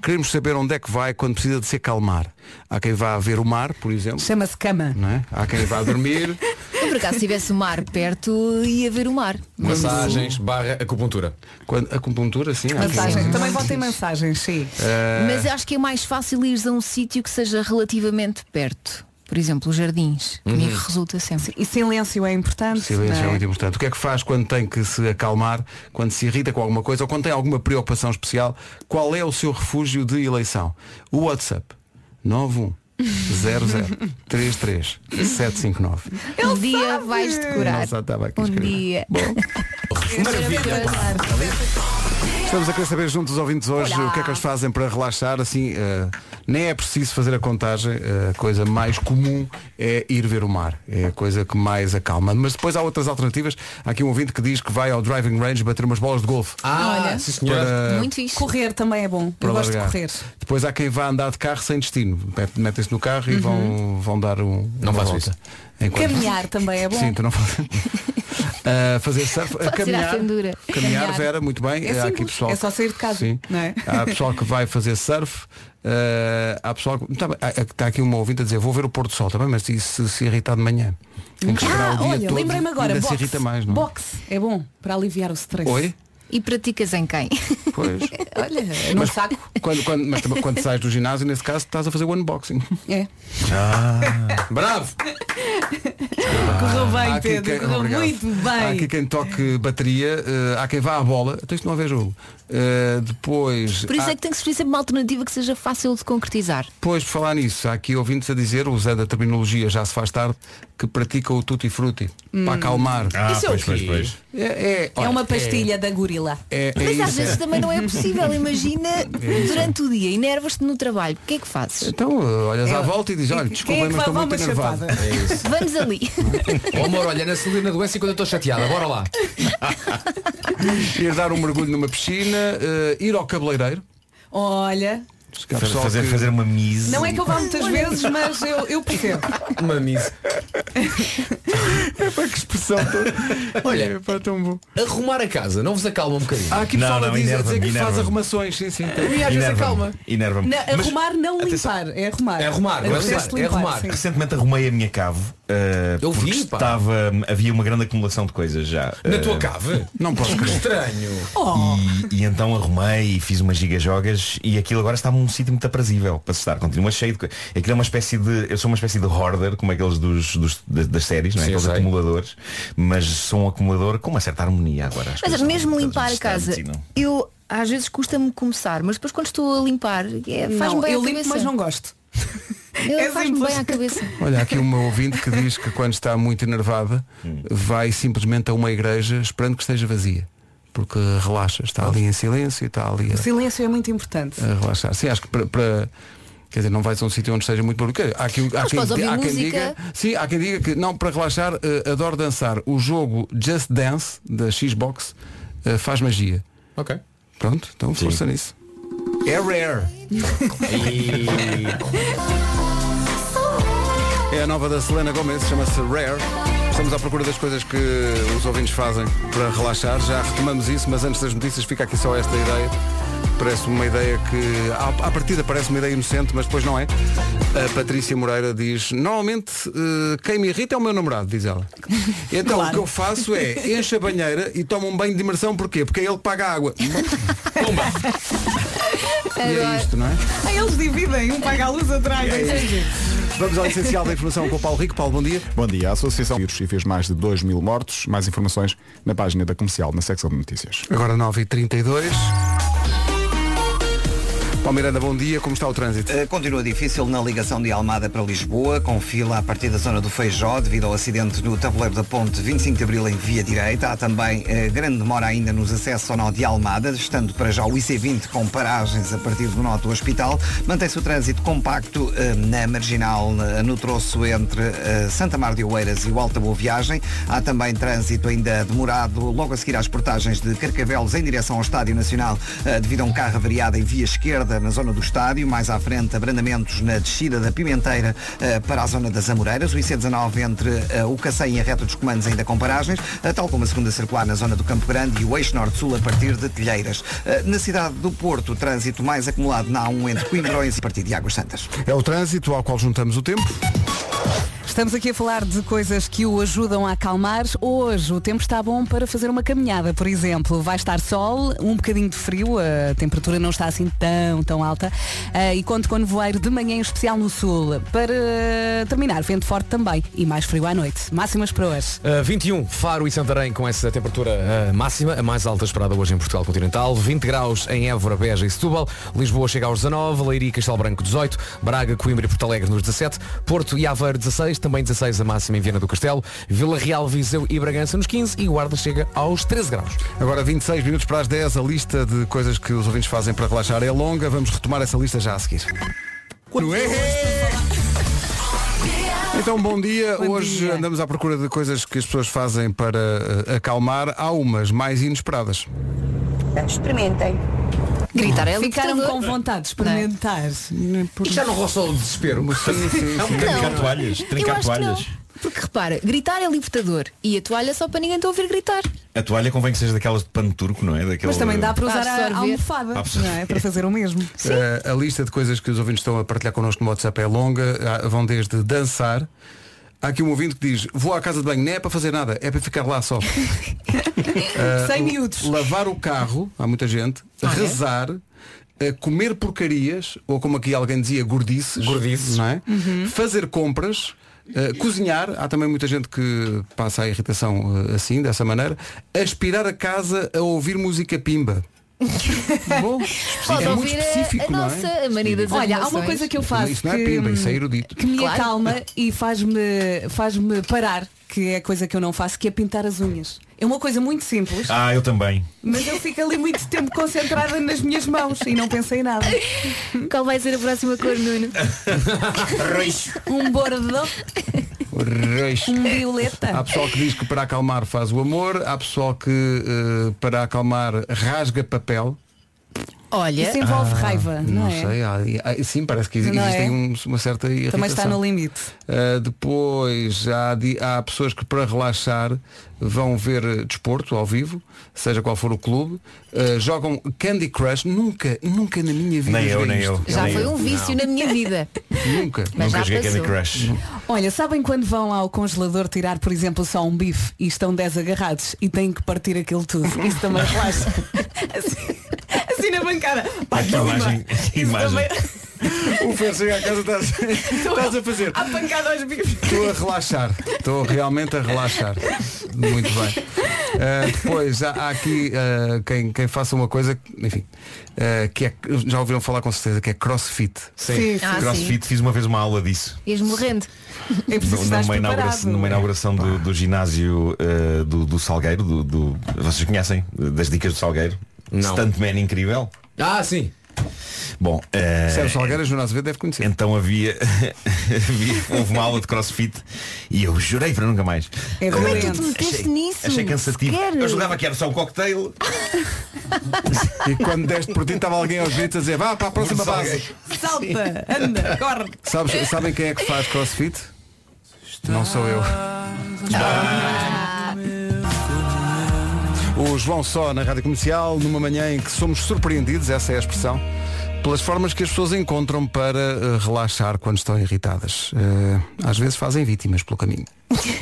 A: Queremos saber onde é que vai quando precisa de se acalmar. Há quem vá ver o mar, por exemplo.
C: Chama-se cama.
A: Não é? Há quem vá dormir.
E: Eu, por acaso, se tivesse o mar perto, ia ver o mar.
J: Massagens barra acupuntura.
A: Quando, acupuntura, sim. há quem-
C: Massagens. Também votem mensagens, sim.
F: Ah.
A: Eh,
E: Mas acho que é mais fácil ir a um sítio que seja relativamente perto. Por exemplo, os jardins.
A: Uhum.
E: Comigo resulta sempre.
C: E silêncio é importante.
A: Silêncio é
C: não é?
A: muito importante. O que é que faz quando tem que se acalmar, quando se irrita com alguma coisa ou quando tem alguma preocupação especial? Qual é o seu refúgio de eleição? O WhatsApp 91 33 759.
E: um dia vais decorar.
A: Nossa, estava aqui a
E: um
A: escrever.
E: dia.
A: Estamos a querer saber juntos os ouvintes hoje o que é que eles fazem para relaxar. Assim, eh, nem é preciso fazer a contagem. Eh, a coisa mais comum é ir ver o mar. É a coisa que mais acalma. Mas depois há outras alternativas. Há aqui um ouvinte que diz que vai ao driving range bater umas bolas de golfe.
C: Ah, Olha,
A: Para-
C: fixe. Correr também é bom.
A: Ah, para
C: Eu gosto de
A: largar.
C: correr.
A: Depois há quem vá andar de carro sem destino. Met- Metem-se no carro e
C: Uhum.
A: vão, vão dar um.
J: Não
A: uma
J: faço
A: volta.
J: isso.
A: Enquanto-
C: Caminhar também é bom.
A: Sim, tu não fazes. Ah, fazer surf,
C: Pode ir à
A: caminhar,
C: pendura.
A: caminhar,
C: Caminhar.
A: Vera, muito bem.
C: É
A: há aqui
C: simples,
A: pessoal
C: é só sair de casa,
A: Sim.
C: não é?
A: Há pessoal que vai fazer surf. ah, há pessoal que. Tá bem, há- Está aqui uma ouvinte a dizer, vou ver o pôr do sol também, mas isso se, se irritar de manhã. Tem que esperar
E: Ah,
A: o dia
E: olha,
A: todo.
E: lembrei-me agora,
A: ainda se
E: boxe.
A: irrita mais, não é?
C: Boxe é bom para aliviar o stress.
A: Oi?
E: E praticas em quem?
A: Pois.
E: Olha,
C: é
E: num
A: Mas
E: saco.
A: Quando, quando, mas também quando sais do ginásio, nesse caso, estás a fazer o unboxing.
C: É.
A: Ah. Bravo! Há
C: Correu bem,
A: aqui
C: Pedro.
A: quem-
C: Correu
A: Obrigado.
C: muito
A: Há
C: bem.
A: aqui quem toque bateria, eh, há quem vá à bola, então isto não é jogo. Eh, depois,
E: Por isso
A: há-
E: é que tem que ser sempre uma alternativa que seja fácil de concretizar.
A: depois por falar nisso, há aqui ouvintes a dizer, usando a terminologia já se faz tarde, que pratica o tutti frutti para
C: Hum.
A: acalmar.
C: Ah, Isso é o pois,
F: pois, pois.
A: É, é-
C: É uma
A: olha,
C: pastilha da gorila.
A: É, é
E: Mas às
A: isso,
E: vezes
A: é.
E: também não é possível. Imagina
A: isso.
E: durante o dia, enervas-te no trabalho. O que é que fazes?
A: Então eh, olhas à
E: Eu-
A: volta e dizes, olha,
E: Quem é
A: desculpem,
E: que
A: mas estou
E: vai
A: muito
E: levar uma
A: enervado.
J: É isso.
E: Vamos ali.
J: Ó amor, olha, na saúde na doença e quando eu estou chateada, bora lá.
A: Ir dar um mergulho numa piscina, eh, ir ao cabeleireiro.
C: Olha,
A: Há
F: Fazer-
A: pessoal
F: fazer- fazer uma mise.
C: não é que eu vá muitas vezes, mas eu, eu percebo.
J: Uma mise.
A: é para que expressão.
J: Olha,
A: é para tão bom.
J: Arrumar a casa, não vos acalma um bocadinho.
A: Há aqui pessoal a dizer, a dizer que faz
J: inerva-me.
A: arrumações, sim, sim.
J: A mim às vezes acalma.
F: Inerva-me.
C: Na-
F: Mas-
C: arrumar não limpar, é arrumar.
F: Eu
C: Arrumar,
F: recente-
A: é
C: limpar, sim.
F: Recentemente arrumei a minha cave. eh,
J: Eu
F: porque
J: vi, pá.
F: estava, havia uma grande acumulação de coisas já.
J: Na
F: eh,
J: tua cave?
A: Ah, Não posso
J: Que
F: crer.
J: estranho.
F: E, e então arrumei e fiz umas gigajogas e aquilo agora está num sítio muito aprazível para se estar. Continua cheio de coisa. Aquilo é uma espécie de. Eu sou uma espécie de hoarder, como aqueles dos, dos- da- das séries, não é?
J: Sim, eu
F: aqueles
J: sei.
F: acumuladores. Mas sou um acumulador com uma certa harmonia agora. As
E: Mas é
F: coisas
E: mesmo
F: estão
E: limpar a casa,
F: distantes e não-
E: eu às vezes custa-me começar, mas depois quando estou a limpar, é,
C: Não,
E: faz-me bem
C: eu
E: a
C: limpo,
E: cabeça.
C: mas não gosto.
E: Eu-
C: É
E: Faz-me
C: simples.
E: bem à cabeça.
A: Olha, há aqui uma ouvinte que diz que quando está muito enervada vai simplesmente a uma igreja esperando que esteja vazia. Porque relaxa, está ali em silêncio e está ali
C: O
A: a,
C: silêncio é muito importante.
A: a relaxar. Sim, acho que para. para- Quer dizer, não vais a um sítio onde esteja muito barulho. Quer dizer, Há, aqui, há,
E: Mas
A: quem,
E: podes ouvir
A: há quem
E: música.
A: diga, sim, há quem diga que não, para relaxar, eh, adoro dançar. O jogo Just Dance da Xbox eh, faz magia.
J: Ok.
A: Pronto, então força nisso. É rare. É a nova da Selena Gomez, chama-se Rare. Estamos à procura das coisas que os ouvintes fazem para relaxar. Já retomamos isso, mas antes das notícias fica aqui só esta ideia. Parece uma ideia que, à à partida, parece uma ideia inocente, mas depois não é. A Patrícia Moreira diz: Normalmente, eh, quem me irrita é o meu namorado, diz ela. Então o que eu faço é encho a banheira e tomo um banho de imersão, porquê? Porque é ele que paga a água. E é isto, não é?
C: Ah, eles dividem, um paga a luz atrás.
A: É Vamos ao essencial da informação com o Paulo Rico. Paulo, bom dia.
G: Bom dia. A Associação Vírus e fez mais de 2 mil mortos. Mais informações na página da comercial, na secção de notícias.
A: Agora 9h32. Paulo Miranda, bom dia. Como está o trânsito?
B: Eh, Continua difícil na ligação de Almada para Lisboa, com fila a partir da zona do Feijó, devido ao acidente no tabuleiro da ponte 25 de Abril em via direita. Há também eh, grande demora ainda nos acessos ao nó de Almada, estando para já o IC20 com paragens a partir do nó do Hospital. Mantém-se o trânsito compacto eh, na marginal, na- no troço entre eh, Santa Mar de Oeiras e o Alta Boa Viagem. Há também trânsito ainda demorado logo a seguir às portagens de Carcavelos em direção ao Estádio Nacional, eh, devido a um carro avariado em via esquerda, eh, na zona do estádio, mais à frente abrandamentos na descida da Pimenteira eh, para a zona das Amoreiras, o IC19 entre eh, o Cacém e a reta dos comandos ainda com paragens, eh, tal como a segunda circular na zona do Campo Grande e o eixo norte-sul a partir de Telheiras. Eh, Na cidade do Porto, o trânsito mais acumulado na A1 entre Coimbrões e a partir de Águas Santas.
A: É o trânsito ao qual juntamos o tempo.
C: Estamos aqui a falar de coisas que o ajudam a acalmar. Hoje o tempo está bom para fazer uma caminhada, por exemplo. Vai estar sol, um bocadinho de frio, a temperatura não está assim tão, tão alta. Ah, e conto com nevoeiro de manhã, em especial no sul. Para ah, terminar, vento forte também e mais frio à noite. Máximas para hoje.
J: Uh, 21, Faro e Santarém com essa temperatura uh, máxima, a mais alta esperada hoje em Portugal continental, 20 graus em Évora, Beja e Setúbal, Lisboa chega aos 19, Leiria e Castelo Branco 18, Braga, Coimbra e Porto Alegre nos 17, Porto e Aveiro 16, também 16 a máxima em Viana do Castelo, Vila Real, Viseu e Bragança nos 15 e Guarda chega aos 13 graus.
A: Agora 26 minutos para as 10, a lista de coisas que os ouvintes fazem para relaxar é longa, vamos retomar essa lista já a seguir. é? Então, bom dia. Hoje andamos à procura de coisas que as pessoas fazem para eh, acalmar. Há umas mais inesperadas.
C: Experimentem. Gritar é Ficaram
E: libertador.
C: com vontade de é? experimentar.
J: E já não roça o desespero?
F: É um Trincar toalhas,
E: Eu
F: trincar
E: acho que
F: toalhas.
E: não. Porque repara, gritar é libertador e a toalha só para ninguém te ouvir gritar.
F: A toalha convém que seja daquelas de pano turco, não é? Daquele...
C: Mas também dá para usar a,
E: absorver.
C: almofada,
F: Para absorver.
C: não é? Para fazer o mesmo.
A: Eh, a lista de coisas que os ouvintes estão a partilhar connosco no WhatsApp é longa. Há- Vão desde dançar. Há aqui um ouvinte que diz, vou à casa de banho, não é para fazer nada, é para ficar lá só. Eh,
C: Sem miúdos.
A: Lavar o carro, há muita gente,
E: Ah, é?
A: rezar, eh, comer porcarias, ou como aqui alguém dizia, gordices. Gordices. Não é?
R: Uhum.
A: Fazer compras. eh, cozinhar, há também muita gente que passa a irritação eh, assim, dessa maneira. Aspirar a casa a ouvir música pimba. Bom,
E: Pode
A: é muito
E: ouvir a-
A: específico,
E: a,
A: não é?
E: nossa manida das
C: Olha, há uma
E: arrumações.
C: coisa que eu faço
A: Isso não é
C: que,
A: pimba,
C: hum,
A: isso é erudito.
C: que me
E: Claro.
C: acalma e faz-me faz-me parar, que é a coisa que eu não faço, que é pintar as unhas. É uma coisa muito simples,
F: Ah, eu também.
C: mas eu fico ali muito tempo concentrada nas minhas mãos e não pensei em nada.
E: Qual vai ser a próxima cor, Nuno?
C: Um bordo,
A: Reis.
C: um violeta.
A: Há pessoal que diz que para acalmar faz o amor, há pessoal que eh, para acalmar rasga papel.
E: Olha,
C: Isso envolve raiva, não, é?
A: sei, há- há- sim, parece que existe
C: Não é?
A: aí um- uma certa irritação.
C: Também está no limite.
A: Eh, depois há, di- há pessoas que para relaxar vão ver eh, desporto ao vivo, seja qual for o clube, eh, jogam Candy Crush, nunca, nunca na minha vida.
F: Nem eu,
A: joguei
F: nem eu.
A: isto.
E: Já foi um vício na minha vida.
A: Nunca.
E: Mas
F: Nunca
E: já
F: joguei Candy
E: passou.
F: Crush.
C: Olha, sabem quando vão ao congelador tirar, por exemplo, só um bife e estão 10 agarrados e têm que partir aquilo tudo? Isso também relaxa. Assim, assim na bancada. Pá,
F: Ai, que imagem. Que imagem.
A: O Fer chega a casa estás, estás a fazer.
C: À pancada aos bifes.
A: Estou a relaxar. Estou realmente a relaxar. Muito bem. Ah, depois há, há aqui ah, quem, quem faça uma coisa, que- enfim, ah, que é, já ouviram falar com certeza, que é crossfit.
E: Sim, sim. Ah,
F: Crossfit, fiz uma vez uma aula disso.
E: Ias morrendo.
C: É
F: No- numa inauguração,
E: é?
F: numa inauguração do, do ginásio eh, do, do Salgueiro, do, do- vocês conhecem? Das dicas do Salgueiro? Stuntman incrível.
J: Ah, sim.
F: Bom, eh,
A: Sérgio Salgueira, Jonas Azevedo deve conhecer.
F: então havia, havia- houve uma aula de crossfit e eu jurei para nunca mais.
E: É Como é que tu te
F: Eh,
E: meteste
F: achei,
E: nisso?
F: Achei cansativo.
E: Sequer.
F: Eu jogava que era só um cocktail.
A: E quando deste por ti estava alguém aos gritos a dizer vá para a próxima base.
C: Salta, anda, corre.
A: Sabes, sabem quem é que faz crossfit? Não sou eu. O João Só na Rádio Comercial, numa manhã em que somos surpreendidos, essa é a expressão, pelas formas que as pessoas encontram para eh, relaxar quando estão irritadas. Eh, às vezes fazem vítimas pelo caminho.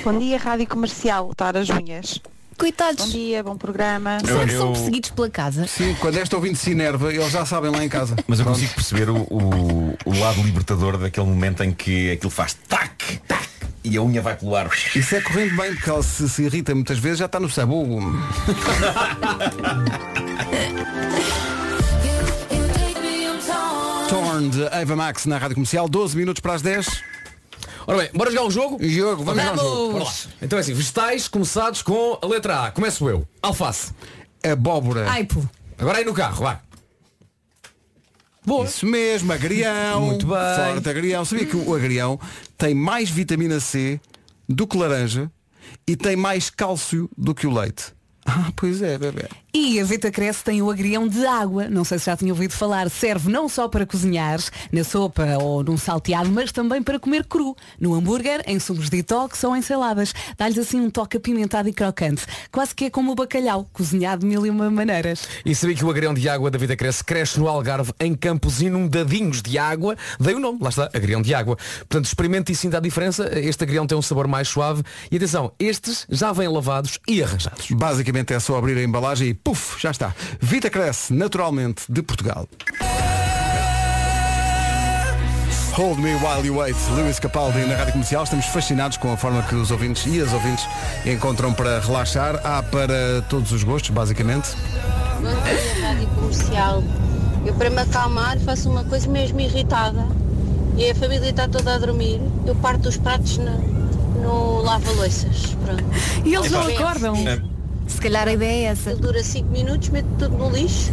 S: Bom dia, Rádio Comercial, estar as unhas.
E: Coitados.
S: Bom dia, bom programa.
A: Será que são Eu-
E: perseguidos pela casa?
A: Sim, quando esta ouvinte se enerva, eles já sabem lá em casa.
F: Mas eu consigo perceber o, o- o lado libertador daquele momento em que aquilo faz tac, tac e a unha vai pelo ar.
A: Isso é correndo bem, porque ela se, se irrita muitas vezes, já está no sabugo. Torn de Ava Max na Rádio Comercial, 12 minutos para as 10.
J: Ora bem, bora jogar um jogo?
A: Jogo, vamos, jogar um jogo.
J: Bora lá. Então é assim, vegetais começados com a letra A. Começo eu. Alface.
A: Abóbora.
C: Ai, pô.
J: Agora aí no carro, vá.
A: Isso mesmo, agrião.
J: Muito bem.
A: Forte agrião. Sabia que o agrião tem mais vitamina C do que laranja e tem mais cálcio do que o leite. Ah, pois é, bebê.
C: E a Veta Cresce tem o agrião de água. Não sei se já tinha ouvido falar. Serve não só para cozinhar na sopa ou num salteado, mas também para comer cru. No hambúrguer, em sumos detox ou em saladas. Dá-lhes assim um toque apimentado e crocante. Quase que é como o bacalhau, cozinhado de mil e uma maneiras.
J: E sabia que o agrião de água da Vida Cresce cresce no Algarve em campos inundadinhos de água? Dei o nome, lá está, agrião de água. Portanto, experimente e sinta a diferença. Este agrião tem um sabor mais suave. E atenção, estes já vêm lavados e arranjados.
A: Basicamente é só abrir a embalagem e puf, já está. Vita cresce naturalmente de Portugal. Hold Me While You Wait, Lewis Capaldi na Rádio Comercial. Estamos fascinados com a forma que os ouvintes e as ouvintes encontram para relaxar. Há para todos os gostos, basicamente.
R: Bom dia, Rádio Comercial. Eu, para me acalmar, faço uma coisa mesmo irritada. E a família está toda a dormir. Eu parto os pratos na- no lava-loiças. Pronto.
C: E eles não
R: Epá.
C: acordam?
R: Se calhar a ideia é essa. Ele dura 5 minutos, meto tudo no lixo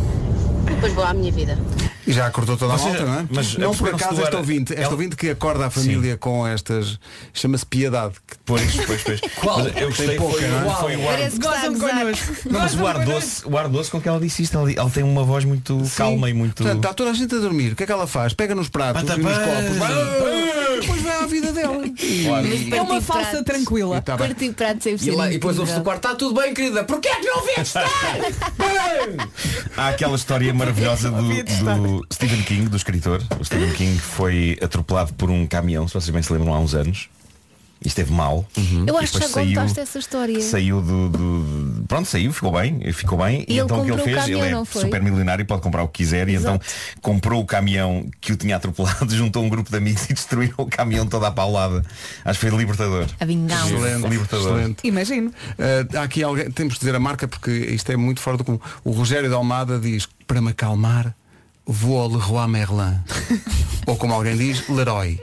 R: e depois vou à minha vida.
A: E já acordou toda a
F: Vocês-
A: malta, não é?
F: mas
A: não por
F: aperceberam-se
A: acaso
F: do
A: esta
F: ar-
A: ouvinte, esta
F: ela-
A: ouvinte que acorda a família com estas, chama-se piedade.
F: Pois, pois, pois. Mas eu gostei,
A: Tem pouca,
F: foi,
A: não é?
F: foi o ar.
E: Gozam connosco.
F: Não, mas o ar, doce, o ar doce com que ela disse isto, ela, ela tem uma voz muito calma e muito.
A: Portanto, tá. está toda a gente a dormir. O que é que ela faz? Pega nos pratos
F: Bata
A: e nos
F: bem.
A: copos.
F: Bem.
A: Depois vai à vida dela.
F: Claro.
A: E-
C: É uma falsa tranquila.
A: Tá bem.
E: Partir pratos é
M: E, lá, e depois ouve-se
E: incrível.
M: no quarto, está tudo bem, querida, porquê é que não vieste estar?
F: Há aquela história maravilhosa do, do Stephen King, do escritor. O Stephen King foi atropelado por um caminhão, se vocês bem se lembram, há uns anos. E esteve mal.
A: Uhum.
E: Eu
F: E
E: acho que já
F: depois saiu-
E: contaste essa história.
F: Saiu do, do- Pronto, saiu, ficou bem, ficou bem.
E: E ele
F: então o que
E: comprou
F: ele
E: o
F: fez,
E: caminhão,
F: ele
E: não
F: é
E: foi?
F: super milionário, pode comprar o que quiser e
E: Exato.
F: então comprou o caminhão que o tinha atropelado, juntou um grupo de amigos e destruíram o caminhão toda a paulada. Acho que foi libertador.
E: A vingança.
A: Excelente,
F: Libertador.
A: excelente.
C: Imagino.
A: Uh, há aqui alguém, temos de dizer a marca porque isto é muito fora do comum. O Rogério de Almada diz, para me acalmar, vou ao Leroy Merlin. Ou como alguém diz, Leroy.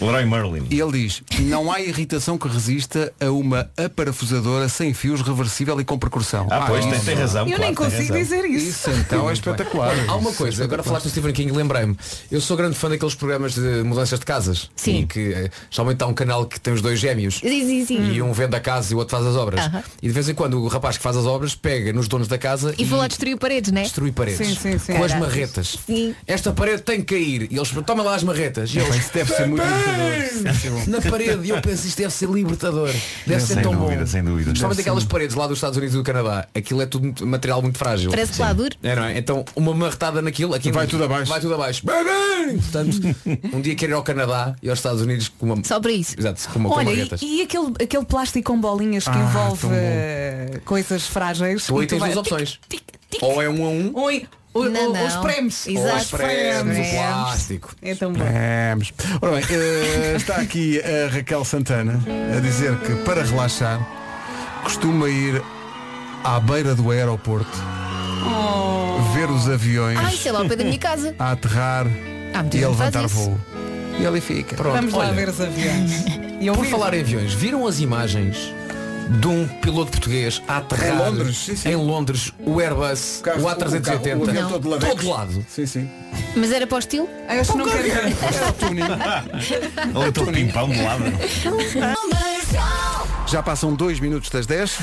F: Leroy Merlin.
A: E ele diz, não há irritação que resista a uma aparafusadora sem fios, reversível e com percussão.
F: Ah, pois, tem-
A: isso.
F: tem razão, Eu nem claro, tem consigo razão. dizer
A: Isso então é espetacular.
J: Olha, Há uma coisa, agora falaste do Stephen King, lembrei-me. Eu sou grande fã daqueles programas de mudanças de casas.
E: Sim.
J: Em que eh, geralmente há um canal que tem os dois gêmeos.
E: Sim, sim, sim.
J: E um vende a casa e o outro faz as obras.
E: Aham.
J: E de vez em quando o rapaz que faz as obras pega nos donos da casa
E: E vou lá destruir paredes, né?
J: destruir paredes. Com as marretas.
E: Sim.
J: Esta parede tem que cair. E eles tomem lá as marretas. E eles,
A: Isso deve ser muito
J: libertador. Na parede. E eu penso, isto deve ser libertador. Deve ser
F: sem
J: tão
F: dúvida,
J: bom.
F: sem dúvida.
J: Principalmente
F: Deve ser
J: aquelas paredes lá dos Estados Unidos e do Canadá. Aquilo é tudo muito- material muito frágil.
E: Parece
J: Sim.
E: pladur.
J: É, não é? Então uma marretada naquilo, aquilo
A: Vai tudo abaixo.
J: Vai tudo abaixo. Bem, bem! Portanto, um dia quero ir ao Canadá e aos Estados Unidos com uma.
E: Só para isso.
J: Exato, com uma com
C: Olha, e,
J: marretas.
C: e aquele, aquele plástico com bolinhas que
J: Ah,
C: envolve
J: tão bom.
C: eh, coisas frágeis?
J: Tu Então aí
C: E tu
J: tens
C: vai-
J: duas opções. Ou é um a um.
C: Oi, o,
E: Não,
C: o,
E: não.
C: os prêmios.
E: Exato.
J: Ou as premes, o
E: Premes.
J: plástico.
C: É tão bom.
A: Vamos. Ora bem, eh, está aqui a Raquel Santana a dizer que para relaxar costuma ir à beira do aeroporto, ver os aviões
E: Oh. Ai, sei lá, ao pé da minha casa.
A: a aterrar
E: Há muita
A: e a
E: gente que faz
A: levantar
E: isso.
A: voo. E ali fica.
C: Vamos lá ver os aviões. E
J: Por
C: ouvir.
J: Então, falar em aviões, viram as imagens de um piloto português a aterrar
A: Em Londres, sim, sim.
J: em Londres, o Airbus, o,
A: carro-
J: A380,
A: o carro- o avião Não. todo ladex.
J: todo lado.
A: Sim, sim.
E: Mas era para o estilo?
C: Acho que não quero.
F: Olha o teu pimpão de lado.
A: Já passam dois minutos das 10.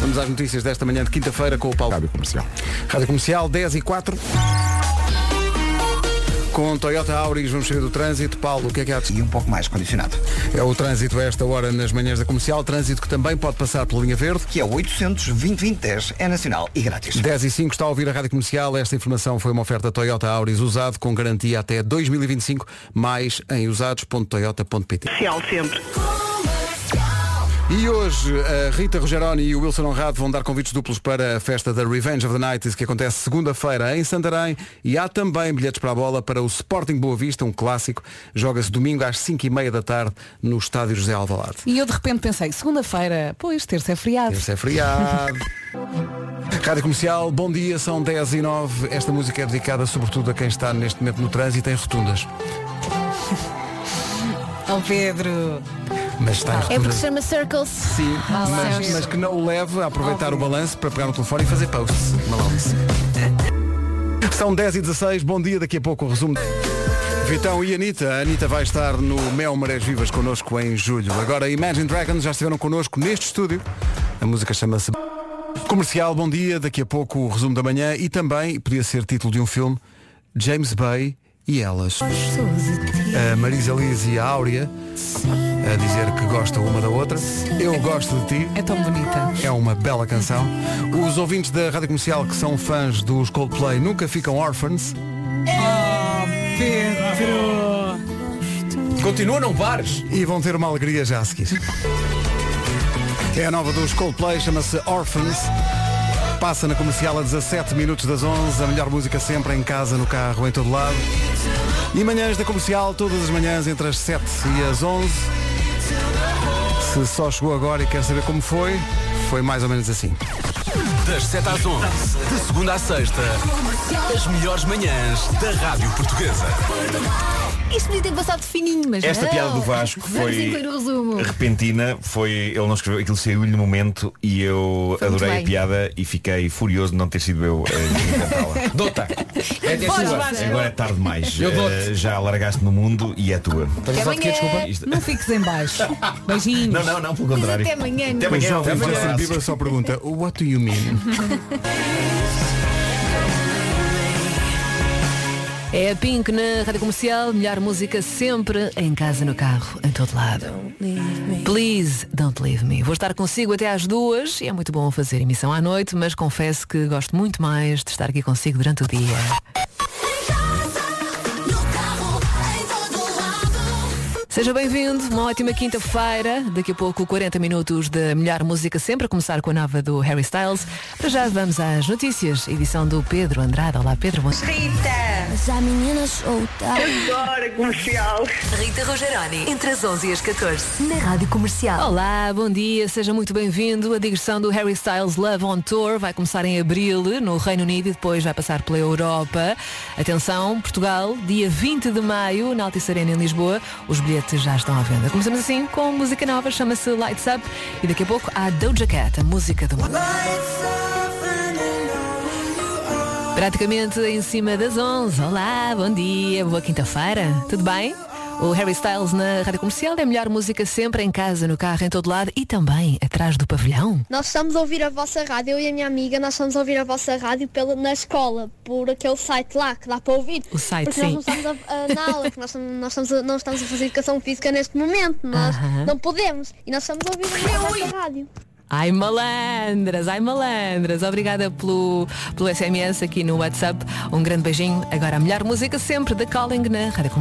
A: Vamos às notícias desta manhã de quinta-feira com o Paulo. Rádio Comercial. Rádio Comercial 10 e 4. Com Toyota Auris vamos sair do trânsito. Paulo, o que é que há de...
B: E um pouco mais condicionado.
A: É o trânsito a esta hora nas manhãs da comercial. Trânsito que também pode passar pela linha verde.
B: Que é 800 é nacional e grátis.
A: 10 e 5 está a ouvir a Rádio Comercial. Esta informação foi uma oferta Toyota Auris usado com garantia até 2025, mais em usados.toyota.pt.
K: sempre.
A: E hoje a Rita Rogeroni e o Wilson Honrado vão dar convites duplos para a festa da Revenge of the Nights que acontece segunda-feira em Santarém e há também bilhetes para a bola para o Sporting Boa Vista, um clássico. Joga-se domingo às 5h30 da tarde no Estádio José Alvalade.
C: E eu de repente pensei, segunda-feira, pois, terça é feriado.
A: Terça é feriado. Rádio Comercial, bom dia, são 10 e 9. Esta música é dedicada sobretudo a quem está neste momento no trânsito em rotundas.
C: Ó Pedro.
A: Mas está em
E: É porque
A: rotundas.
E: se chama Circles.
A: Sim,
E: Ah, lá.
A: mas, mas que não o leve a aproveitar o balanço para pegar no telefone e fazer posts. Malone-se. São 10 e 16 bom dia, daqui a pouco o resumo. Vitão e Anitta. A Anitta vai estar no Mel Marés Vivas connosco em julho. Agora, Imagine Dragons já estiveram connosco neste estúdio. A música chama-se Comercial, bom dia. Daqui a pouco o resumo da manhã e também, podia ser título de um filme, James Bay e elas. A Marisa Liz e a Áurea a dizer que gostam uma da outra. Eu gosto de ti.
C: É tão bonita.
A: É uma bela canção. Os ouvintes da Rádio Comercial que são fãs dos Coldplay nunca ficam órfãos.
C: Oh, Pedro!
A: Continua, não pares. E vão ter uma alegria já a seguir. É a nova dos Coldplay, chama-se Orphans. Passa na comercial a 17 minutos das 11, a melhor música sempre, em casa, no carro, em todo lado. E manhãs da comercial, todas as manhãs entre as 7 e as 11. Se só chegou agora e quer saber como foi, foi mais ou menos assim.
T: Das 7 às 11, de segunda à sexta, as melhores manhãs da Rádio Portuguesa.
E: Isto podia ter passado fininho, mas
F: Esta
E: não.
F: piada do Vasco
E: Vamos
F: foi
E: incluir o resumo.
F: repentina, foi ele não escreveu, aquilo saiu-lhe no momento e eu
E: Foi muito
F: adorei a
E: bem.
F: piada e fiquei furioso de não ter sido eu eh, a cantá-la. Dota!
E: É até Podes, sua. Vasco.
F: Agora é tarde demais.
E: Eu dou-te.
F: Eh, já largaste no mundo e é tua.
C: Até amanhã. Não fiques em baixo. Beijinhos.
F: Não, não, não, pelo contrário.
C: até amanhã,
A: Até
F: Até
A: amanhã, o
F: amanhã.
A: Justin Bieber só pergunta, what do you mean?
U: É a Pink na Rádio Comercial, melhor música sempre, em casa, no carro, em todo lado. Please don't leave me. Vou estar consigo até às duas e é muito bom fazer emissão à noite, mas confesso que gosto muito mais de estar aqui consigo durante o dia. Seja bem-vindo, uma ótima quinta-feira. Daqui a pouco 40 minutos de melhor música sempre, a começar com a nova do Harry Styles. Para já vamos às notícias, edição do Pedro Andrade. Olá Pedro, bom
H: Mas há meninas soltas.
U: Agora comercial. Rita Rogeroni, entre as 11 e as 14, na Rádio Comercial. Olá, bom dia, seja muito bem-vindo. A digressão do Harry Styles Love on Tour vai começar em abril no Reino Unido e depois vai passar pela Europa. Atenção, Portugal, dia 20 de maio, na Altice Arena em Lisboa. Os bilhetes já estão à venda. Começamos assim com música nova, chama-se Lights Up e daqui a pouco há Doja Cat, a música do mundo. Praticamente em cima das 11. Olá, bom dia, boa quinta-feira. Tudo bem? O Harry Styles na Rádio Comercial é a melhor música sempre em casa, no carro, em todo lado e também atrás do pavilhão.
V: Nós estamos a ouvir a vossa rádio, eu e a minha amiga, nós estamos a ouvir a vossa rádio pela, na escola, por aquele site lá que dá para ouvir.
U: O site,
V: porque
U: sim.
V: nós não estamos a, a- na aula, porque nós, estamos- nós estamos a- não estamos a fazer educação física neste momento, nós
U: Aham.
V: não podemos. E nós estamos a ouvir a vossa rádio.
U: Ai malandras, ai malandras. Obrigada pelo, pelo SMS aqui no WhatsApp. Um grande beijinho. Agora a melhor música sempre da Calling na Rádio Comercial.